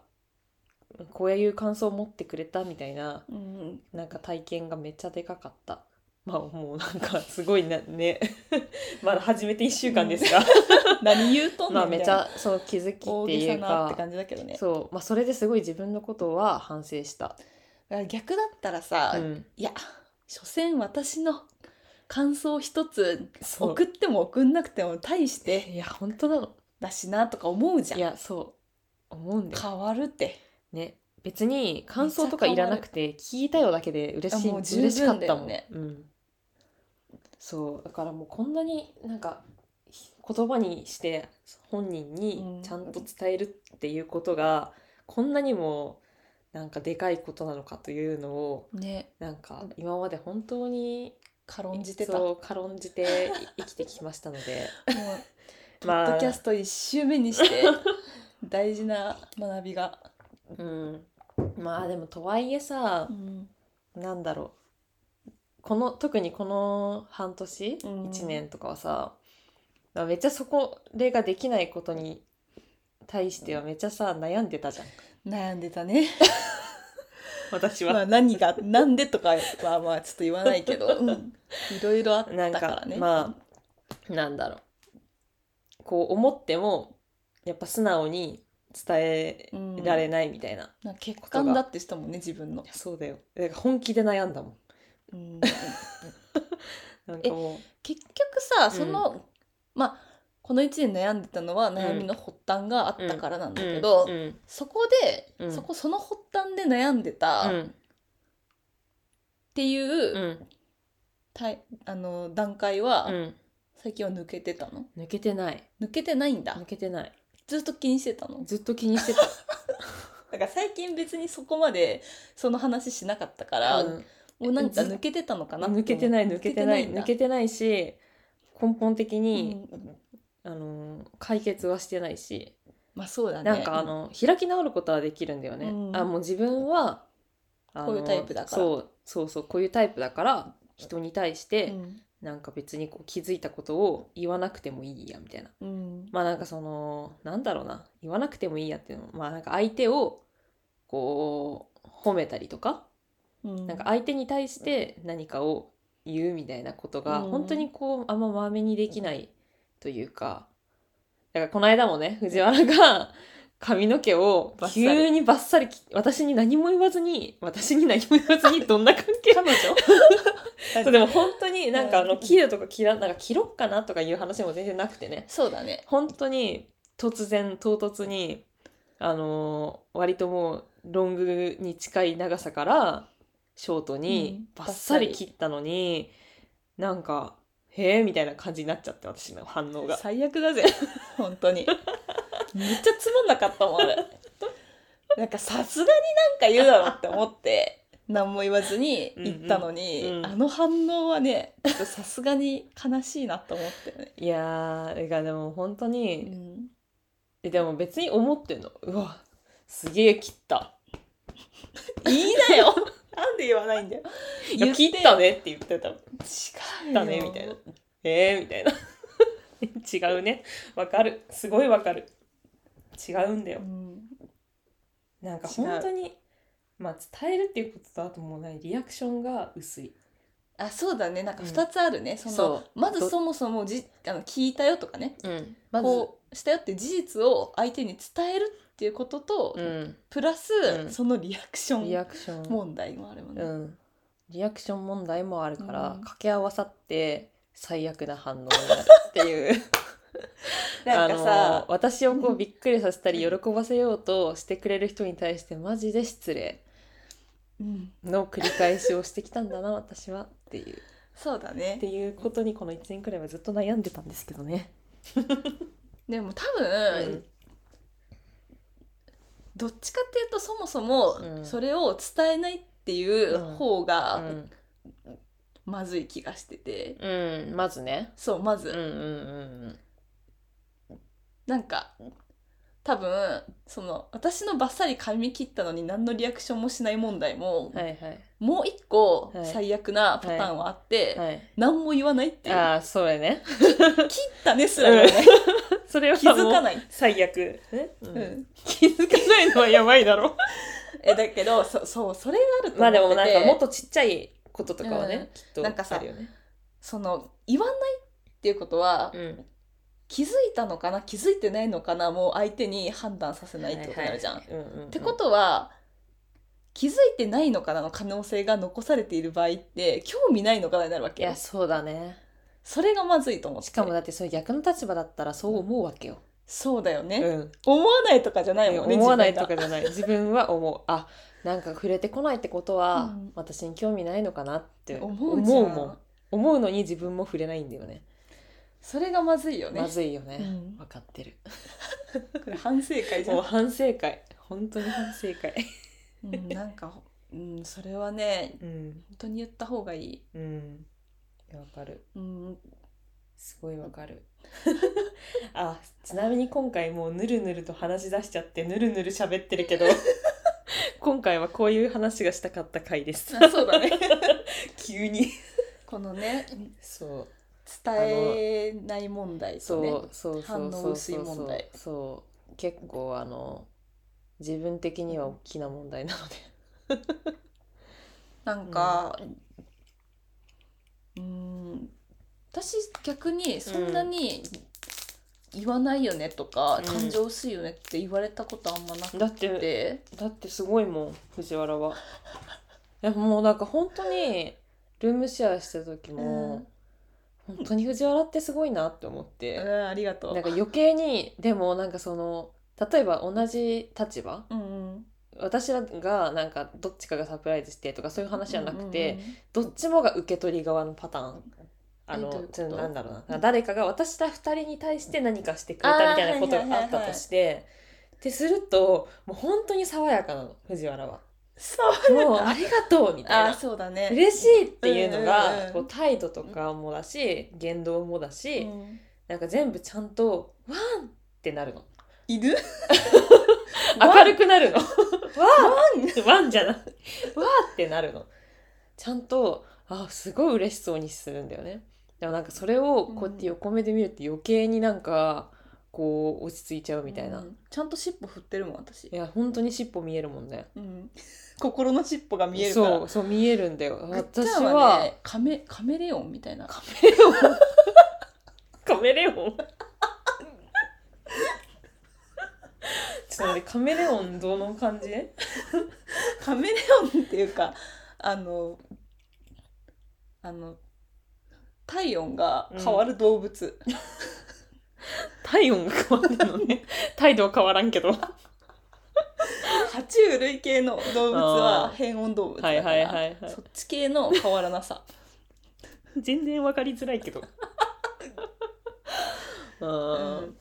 Speaker 2: こういう感想を持ってくれたみたいな
Speaker 1: うん
Speaker 2: なんか体験がめっちゃでかかった。まあもうなんかすごいなね まだ始めて1週間ですが、
Speaker 1: 何言うとんね
Speaker 2: まあ
Speaker 1: んみ
Speaker 2: め
Speaker 1: たい
Speaker 2: ち
Speaker 1: な
Speaker 2: ゃそう気づきって
Speaker 1: 大げ
Speaker 2: い
Speaker 1: さ
Speaker 2: う
Speaker 1: なっ
Speaker 2: か
Speaker 1: て感じだけどね
Speaker 2: そう、まあ、それですごい自分のことは反省した、
Speaker 1: だから逆だったらさ、
Speaker 2: うん
Speaker 1: いや所詮私の感想一つ
Speaker 2: そう
Speaker 1: 送っても送んなくても大して
Speaker 2: いや本当なの
Speaker 1: だしなとか思うじゃ
Speaker 2: い
Speaker 1: ん
Speaker 2: やそう思うんだよ
Speaker 1: 変わるって
Speaker 2: ね別に感想とかいらなくて聞いたよだけで嬉し
Speaker 1: い
Speaker 2: い
Speaker 1: やもう十
Speaker 2: 嬉しか
Speaker 1: 分
Speaker 2: っ
Speaker 1: だ
Speaker 2: た
Speaker 1: よ
Speaker 2: もん、
Speaker 1: ね
Speaker 2: うん、そうだからもうこんなになんか言葉にして本人
Speaker 1: う
Speaker 2: に
Speaker 1: ん
Speaker 2: ちゃんと伝えるっていうことが、こんなにもなんかでかいことなのかというのを
Speaker 1: ね
Speaker 2: なんか今まで本当に
Speaker 1: 軽んじてたもう
Speaker 2: そう軽んじて生きてきましたの で
Speaker 1: ポッドキャスト1周目に して大事な学びが、
Speaker 2: うん、まあでもとはいえさ
Speaker 1: うん
Speaker 2: なんだろうこの特にこの半年、
Speaker 1: うん
Speaker 2: 一1年とかはさまあめっちゃそこれができないことに対してはめっちゃさ悩んでたじゃん
Speaker 1: 悩んでたね。
Speaker 2: 私は。
Speaker 1: まあ何がなんでとかはまあちょっと言わないけ ど、うんいろいろあった
Speaker 2: なん
Speaker 1: から
Speaker 2: か、
Speaker 1: ね。
Speaker 2: まあなんだろうこう思ってもやっぱ素直に伝え
Speaker 1: うん
Speaker 2: られないみたいな、
Speaker 1: なんか欠陥だってしたもんね自分の
Speaker 2: いや。そうだよだから本気で悩んだもん
Speaker 1: うん
Speaker 2: なんかも
Speaker 1: 結局さ
Speaker 2: ん
Speaker 1: その、まあこの1年悩んでたのは悩みの発端があったからなん
Speaker 2: う
Speaker 1: だけど、
Speaker 2: うんうん
Speaker 1: そこで、
Speaker 2: うん
Speaker 1: そこその発端で悩んでたっ
Speaker 2: ん
Speaker 1: ていうう、
Speaker 2: ん
Speaker 1: たいあの段階は、
Speaker 2: うん
Speaker 1: 最近は抜けてたの
Speaker 2: 抜けてない
Speaker 1: 抜けてないんだ
Speaker 2: 抜けてない
Speaker 1: ずっと気にしてたの
Speaker 2: ずっと気にしてた
Speaker 1: だから最近別にそこまでその話しなかったから、
Speaker 2: うん
Speaker 1: もうなんか抜けてたのかな
Speaker 2: 抜けてない抜けてない
Speaker 1: 抜けてないんだ
Speaker 2: 抜けてないし根本的
Speaker 1: い
Speaker 2: に、あのー解決はしてないし
Speaker 1: まあそうだね
Speaker 2: なんかあの開き直ることはできるんだよね
Speaker 1: うん
Speaker 2: あもう自分はあの
Speaker 1: こういうタイプだから
Speaker 2: そうそうそうこういうタイプだから人に対し
Speaker 1: う
Speaker 2: て
Speaker 1: ん
Speaker 2: なんか別にこう気づいたことを言わなくてもいいやみたいな
Speaker 1: うん
Speaker 2: まあなんかそのなんだろうな言わなくてもいいやっていうのもまあなんか相手をこう褒めたりとか、
Speaker 1: うん
Speaker 2: なんか相手に対して何かを言うみたいなことが、
Speaker 1: うん
Speaker 2: 本当にこうあんままめにできないというかだからこの間もね藤原が髪の毛を
Speaker 1: バッサリ
Speaker 2: 急にバッサリ切私に何も言わずに私に何も言わ ずにどんな関係
Speaker 1: 彼女
Speaker 2: そうでも本当になんかあ
Speaker 1: う
Speaker 2: の
Speaker 1: ん
Speaker 2: 切るとか切らなんか切ろっかなとかいう話も全然なくてね
Speaker 1: そうだね
Speaker 2: 本当に突然唐突にあのー割ともうロングに近い長さからショートに
Speaker 1: うん
Speaker 2: バッサリ
Speaker 1: バッサリ
Speaker 2: 切ったのに、なんか「へえ」みたいな感じになっちゃって私の反応が。
Speaker 1: 最悪だ ぜ本当にめっちゃつまんなかったもんあれなんかさすがになんか言うだろうって思って何も言わずに行ったのに、
Speaker 2: うんうんうん
Speaker 1: あの反応はねちょっとさすがに悲しいなと思ったよね、
Speaker 2: いやーだからでも本当
Speaker 1: う
Speaker 2: に、
Speaker 1: ん、
Speaker 2: えでも別に思ってんのうわすげえ切った
Speaker 1: 言いなよ なんで言わないんだよ
Speaker 2: いや
Speaker 1: 言って
Speaker 2: 切ったねって言ってた
Speaker 1: 違う
Speaker 2: だ
Speaker 1: よ
Speaker 2: ねみたいなえー、みたいな 違うねわかるすごいわかる違うんだよ
Speaker 1: うん
Speaker 2: なんか
Speaker 1: 違う
Speaker 2: 本当にまあ伝えるっていうこととあともうねリアクションが薄い
Speaker 1: あそうだねなんか
Speaker 2: うん
Speaker 1: 2つあるね、その
Speaker 2: そう
Speaker 1: まずそもそもじあの聞いたよとかね、
Speaker 2: うんま
Speaker 1: こうしたよって事実を相手に伝えるっていうことと、
Speaker 2: ん、
Speaker 1: プラス、
Speaker 2: うん
Speaker 1: そのリアクション
Speaker 2: リアクション
Speaker 1: 問題もあるもんね、
Speaker 2: うんリアクション問題もあるから、
Speaker 1: うん
Speaker 2: 掛け合わさって最悪な反応になるっていう
Speaker 1: なんか
Speaker 2: あの
Speaker 1: さ
Speaker 2: 私をこうびっくりさせたり喜ばせようとしてくれる人に対してマジで失礼
Speaker 1: うん
Speaker 2: の繰り返しをしてきたんだな私はっていう
Speaker 1: そうだ
Speaker 2: っ
Speaker 1: ね
Speaker 2: ていうことにこの1年くらいはずっと悩んでたんですけどね。
Speaker 1: でも多
Speaker 2: う
Speaker 1: 分、どっちかっていうとそもそも
Speaker 2: うん
Speaker 1: それを伝えないっていう方が
Speaker 2: ん
Speaker 1: まずい気がしてて、
Speaker 2: うん、まずね。
Speaker 1: そうまず、
Speaker 2: うんうん
Speaker 1: なんか多分その私のバッサリ髪切ったのに何のリアクションもしない問題も、
Speaker 2: うん。はいはい。
Speaker 1: もう一個
Speaker 2: はい
Speaker 1: 最悪なパターンはあって、
Speaker 2: はい、
Speaker 1: 何も言わないっていう
Speaker 2: ああ、それね。
Speaker 1: 切ったねすら言わない
Speaker 2: それは
Speaker 1: 気づか
Speaker 2: い。
Speaker 1: ない、
Speaker 2: 最悪。う、
Speaker 1: うんん、
Speaker 2: 気づかないのはやばいだろ。
Speaker 1: えだけどそそうそれがあると
Speaker 2: ま
Speaker 1: 思
Speaker 2: あ
Speaker 1: って
Speaker 2: で
Speaker 1: て
Speaker 2: もなんかもっとちっちゃいこととかはね、
Speaker 1: うん
Speaker 2: きっと
Speaker 1: なんかさ
Speaker 2: あるよね。
Speaker 1: その言わないっていうことは、
Speaker 2: うん。
Speaker 1: 気づいたのかな気づいてないのかなもう相手に判断させないってことになるじゃん。
Speaker 2: はいはいうんうんうん、
Speaker 1: ってことは気づいてないのかなの可能性が残されている場合って興味ないのかなになるわ
Speaker 2: い
Speaker 1: けよ
Speaker 2: や、そうだね。
Speaker 1: それがまずいと思って
Speaker 2: しかもだってそれ逆の立場だったらそう思うわけよ。
Speaker 1: そうだよね、
Speaker 2: うん。
Speaker 1: 思わないとかじゃないもんね
Speaker 2: 思わないと
Speaker 1: 自分
Speaker 2: かじゃない自分は思うあなんか触れてこないってこと
Speaker 1: う
Speaker 2: は
Speaker 1: ん
Speaker 2: 私に興味ないのかなって
Speaker 1: が
Speaker 2: 思う
Speaker 1: 思うじゃん
Speaker 2: もん思うのに自分も触れないんだよね
Speaker 1: それがまずいよね、
Speaker 2: まずいよね、
Speaker 1: うん
Speaker 2: 分かってる
Speaker 1: これ反省会じゃん
Speaker 2: もう反省会本当に反省会
Speaker 1: うん、なんか、うん、それはね
Speaker 2: うん
Speaker 1: 本当に言った方がいい、
Speaker 2: うん分かる
Speaker 1: うん、
Speaker 2: すごいわかる あちなみに今回もうぬるぬると話し出しちゃってぬるぬる喋ってるけど 今回はこういう話がしたかった回 です
Speaker 1: あそうだね
Speaker 2: 急に
Speaker 1: このね
Speaker 2: そう
Speaker 1: 伝えない問題
Speaker 2: そ
Speaker 1: と
Speaker 2: う、
Speaker 1: ね
Speaker 2: そうそう
Speaker 1: 反
Speaker 2: そ
Speaker 1: 応
Speaker 2: う
Speaker 1: 薄い
Speaker 2: そう
Speaker 1: 問題
Speaker 2: そう結構あの自分的には大きな問題なので
Speaker 1: なんかうん私逆にそんなに言わないよねとか、
Speaker 2: うん
Speaker 1: 感情薄いよねって言われたことあんまなく
Speaker 2: だって
Speaker 1: て、
Speaker 2: だってすごいもん藤原は いやもうなんか本当にルームシェアしてた時も、本当に藤原ってすごいなって思って、
Speaker 1: ん、ありがと
Speaker 2: なんか余計にでもなんかその例えば同じ立場
Speaker 1: うんうん、
Speaker 2: 私らがなんかどっちかがサプライズしてとかそういう話じゃなくて、どっちもが受け取り側のパターン。あ
Speaker 1: えどうい
Speaker 2: の
Speaker 1: うこと
Speaker 2: ちょなんだろう
Speaker 1: う
Speaker 2: なん誰かが私ら二人に対して何かしてくれたみたいなことがあったとしてってするともう本当に爽やかなの藤原 は。
Speaker 1: そう
Speaker 2: もうありがとうみたい
Speaker 1: あ
Speaker 2: な
Speaker 1: そうだね、
Speaker 2: 嬉しいっていうの
Speaker 1: うんうんう
Speaker 2: が
Speaker 1: ん
Speaker 2: こう態度とかもだし言動もだ
Speaker 1: う
Speaker 2: し
Speaker 1: ん、
Speaker 2: なんか全部ちゃんと「ワン!」ってなるの
Speaker 1: 犬
Speaker 2: 明るくなるの。
Speaker 1: ワン
Speaker 2: ワンじゃない。わーってなるの。ちゃんと、あ、すごい嬉しそうにするんだよね。でもなんかそれをこうやって横目で見るって余計になんか、こう落ち着いちゃうみたい
Speaker 1: う
Speaker 2: な。
Speaker 1: んちゃんと尻尾振ってるもん私
Speaker 2: い、や、本当に尻尾見えるもんね。
Speaker 1: うん、 心の尻尾が見えるから
Speaker 2: そう、そう見えるんだよ。
Speaker 1: ぐっちゃん
Speaker 2: 私は、
Speaker 1: ね、カメカメレオンみたいな
Speaker 2: カメレオン。ちょっと待ってカメレオンどの感じ
Speaker 1: カメレオンっていうかあのあの体温が変わる動物、
Speaker 2: 体温が変わったのね 態度は変わらんけどは
Speaker 1: 爬虫類系の動物は
Speaker 2: あー
Speaker 1: 変温動物
Speaker 2: い
Speaker 1: だか
Speaker 2: は
Speaker 1: ら、
Speaker 2: いはいはい
Speaker 1: そっち系の変わらな さ
Speaker 2: 全然わかりづら いけど
Speaker 1: うん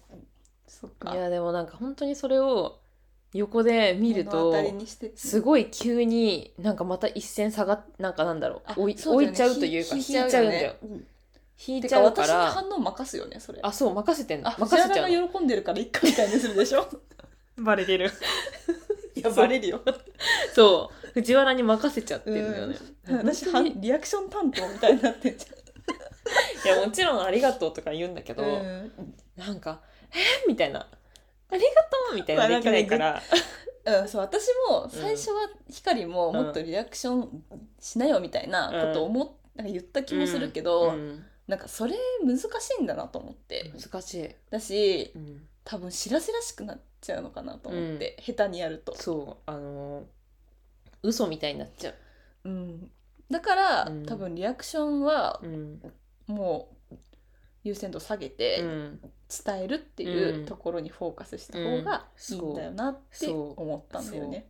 Speaker 1: そっか
Speaker 2: いやでもなんか本当にそれを横で見ると
Speaker 1: 目の当たりにして
Speaker 2: すごい急になんかまた一線下がっなんかなんだろ
Speaker 1: あ
Speaker 2: う置い
Speaker 1: そう
Speaker 2: 置
Speaker 1: だよね
Speaker 2: いちゃうというか
Speaker 1: ひ
Speaker 2: 引いちゃうんだ
Speaker 1: よ
Speaker 2: よ
Speaker 1: ね
Speaker 2: 引い
Speaker 1: て
Speaker 2: ち
Speaker 1: か
Speaker 2: ゃうか
Speaker 1: 私の
Speaker 2: ら
Speaker 1: 反応任すよねそれ
Speaker 2: あそう任せてんの
Speaker 1: あ
Speaker 2: 任
Speaker 1: 藤
Speaker 2: せち
Speaker 1: 原
Speaker 2: ゃうの
Speaker 1: が喜んでるから一回みたいにするでし ょ
Speaker 2: バレてる
Speaker 1: いやバレ るよ
Speaker 2: そう藤原に任せちゃってるんだよね、
Speaker 1: 私は
Speaker 2: 本当に
Speaker 1: んリアクション担当みたいになってんじ
Speaker 2: いやもちろん「ありがとう」とか言うんだけ
Speaker 1: ゃ
Speaker 2: ど、
Speaker 1: ん、
Speaker 2: なんか「えみたいな「ありがとう」みたいな
Speaker 1: まあ
Speaker 2: できないから、
Speaker 1: うん、そう私も最初は光ももっとリアクションしなよみたいなことを思っなんか言った気もするけど、
Speaker 2: うん
Speaker 1: なんかそれ難しいんだなと思って
Speaker 2: 難しい、
Speaker 1: だし
Speaker 2: うん
Speaker 1: 多分白々しくなっちゃうのかなと思って、下手にやると、
Speaker 2: そうあのー嘘みたいになっちゃ
Speaker 1: う
Speaker 2: う、
Speaker 1: ん、だから、
Speaker 2: うん
Speaker 1: 多分リアクションは
Speaker 2: うん
Speaker 1: もう優先度下げて
Speaker 2: うん
Speaker 1: 伝えるっていううんところにフォーカスした方がいいんだよなって
Speaker 2: そう
Speaker 1: 思ったんだよね、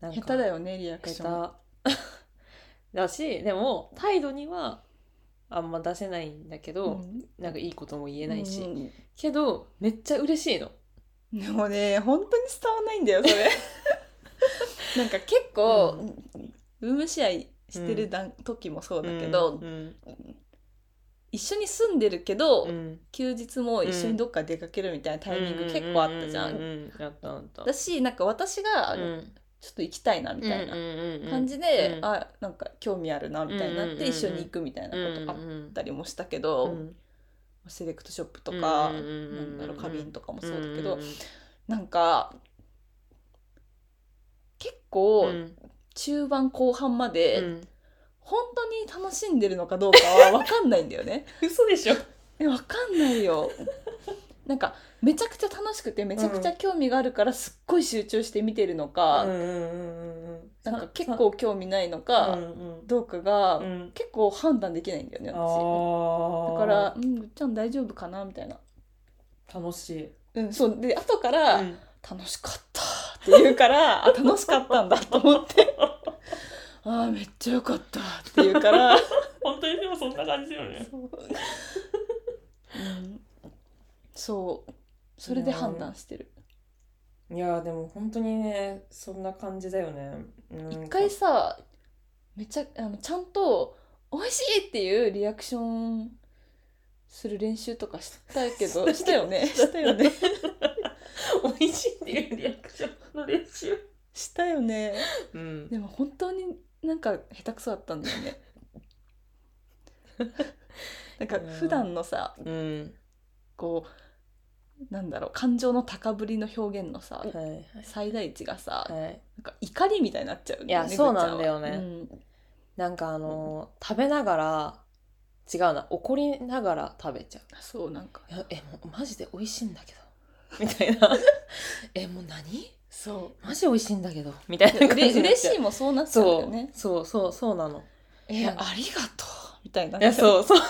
Speaker 2: なんか
Speaker 1: 下手だよねリアクション
Speaker 2: 下手 だしでも態度にはあんま出せないんだけ
Speaker 1: う
Speaker 2: ど、
Speaker 1: ん
Speaker 2: なんかいいことも言えないし、
Speaker 1: うん
Speaker 2: けどめっちゃ嬉しいの
Speaker 1: でもね本当に伝わんないんだよそれなんか結構、ルームシェアしてる段、時もそうだけど、
Speaker 2: うん
Speaker 1: 一緒に住んでるけど、
Speaker 2: うん
Speaker 1: 休日も一緒にどっか出かけるみたいなタイミング結構あったじゃん。
Speaker 2: ううんあったあった
Speaker 1: だしなんか私が
Speaker 2: うん
Speaker 1: ちょっと行きたいなみたいな
Speaker 2: な
Speaker 1: 感じで、
Speaker 2: うん
Speaker 1: あなんか興味あるなみたいになっ
Speaker 2: うんうんう
Speaker 1: て
Speaker 2: ん
Speaker 1: 一緒に行くみたいなことあったりもしたけど、セレクトショップとか、
Speaker 2: うんうんうんうん
Speaker 1: なんだろう花瓶とかもそうだけど、
Speaker 2: うんうん
Speaker 1: なんか結構
Speaker 2: うんうん
Speaker 1: 中盤後半まで、
Speaker 2: うん
Speaker 1: 本当に楽しんでるのかどうかは分かんないんだよね。
Speaker 2: 嘘でしょ
Speaker 1: え分かんないよ。なんかめちゃくちゃ楽しくてめちゃくちゃ興味があるからすっごい集中して見てるのか、なんか結構興味ないのか、どうかが、結構判断できないんだよね私。だか
Speaker 2: か
Speaker 1: ら「うんぐっちゃん大丈夫かな?」みたいな。
Speaker 2: 楽しい
Speaker 1: うん、そうで後から、楽しかった」って言うから「あ楽しかったんだ」と思って「あーめっちゃよかった」って言うから、
Speaker 2: 本当にでもそんな感じだよね
Speaker 1: うん、そうそれで判断してる。
Speaker 2: いやーでも本当にねそんな感じだよね
Speaker 1: 一回さめちゃあのちゃんと「美味しい!」っていうリアクションする練習とかしたけどしたよねしたよね
Speaker 2: 美味しいっていうリアクションの練習
Speaker 1: したよね
Speaker 2: うん
Speaker 1: でも本当になんか下手くそだったんだよ ねなんか普段のさ
Speaker 2: うん
Speaker 1: こうなんだろう感情の高ぶりの表現のさ、
Speaker 2: はい
Speaker 1: 最大値がさ、
Speaker 2: はい
Speaker 1: なんか怒りみたいになっちゃうよね
Speaker 2: いや
Speaker 1: ぐちゃは
Speaker 2: そうなんだよね
Speaker 1: うん
Speaker 2: なんかあのー食べながら違うな怒りながら食べちゃう
Speaker 1: そうなんか
Speaker 2: いやえもうマジで美味しいんだけどみたいな えもう何
Speaker 1: そ
Speaker 2: マジ美味しいんだけどみたいうな
Speaker 1: で
Speaker 2: 感
Speaker 1: う
Speaker 2: じ
Speaker 1: れ
Speaker 2: になっち
Speaker 1: 嬉
Speaker 2: ゃう
Speaker 1: しいもそうなっちゃうんだ
Speaker 2: そ
Speaker 1: よ
Speaker 2: う、
Speaker 1: ね
Speaker 2: そうそうそうなの
Speaker 1: え
Speaker 2: うん
Speaker 1: ありがとうみたいない
Speaker 2: や そうそうそ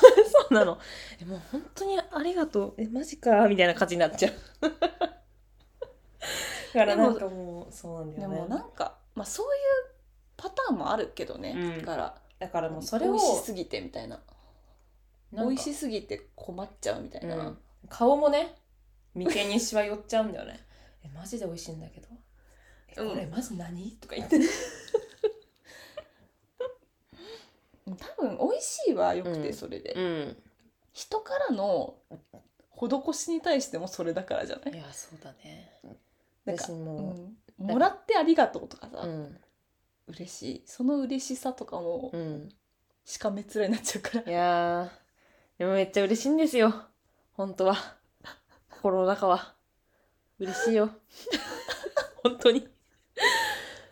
Speaker 2: うなのえもう本当にありがとうえマジかみたいな感じになっちゃう だからなんかもうそうなんだ
Speaker 1: で
Speaker 2: よ
Speaker 1: も
Speaker 2: ね
Speaker 1: なんか、まあ、そういうパターンもあるけどね、
Speaker 2: うん
Speaker 1: だから
Speaker 2: だからもうそれ
Speaker 1: 美
Speaker 2: を
Speaker 1: 味しすぎてみたいな
Speaker 2: なんか
Speaker 1: 美味しすぎて困っちゃうみたいな、
Speaker 2: うん顔もね眉間にしわ寄っちゃうんだよね えマジで美味しいんだけどえ
Speaker 1: うん
Speaker 2: これマジ何とか言って
Speaker 1: 多分美味しいはよくて
Speaker 2: うん
Speaker 1: それで、
Speaker 2: ん
Speaker 1: 人からの施しに対してもそれだからじゃない
Speaker 2: いやそうだね
Speaker 1: なんか
Speaker 2: 私も
Speaker 1: うんもらってありがとうとかさ、
Speaker 2: うん
Speaker 1: 嬉しいその嬉しさとかも
Speaker 2: うん
Speaker 1: しかめっ面になっちゃうから
Speaker 2: いやーでもめっちゃ嬉しいんですよ本当は心の中は嬉しいよ 本当に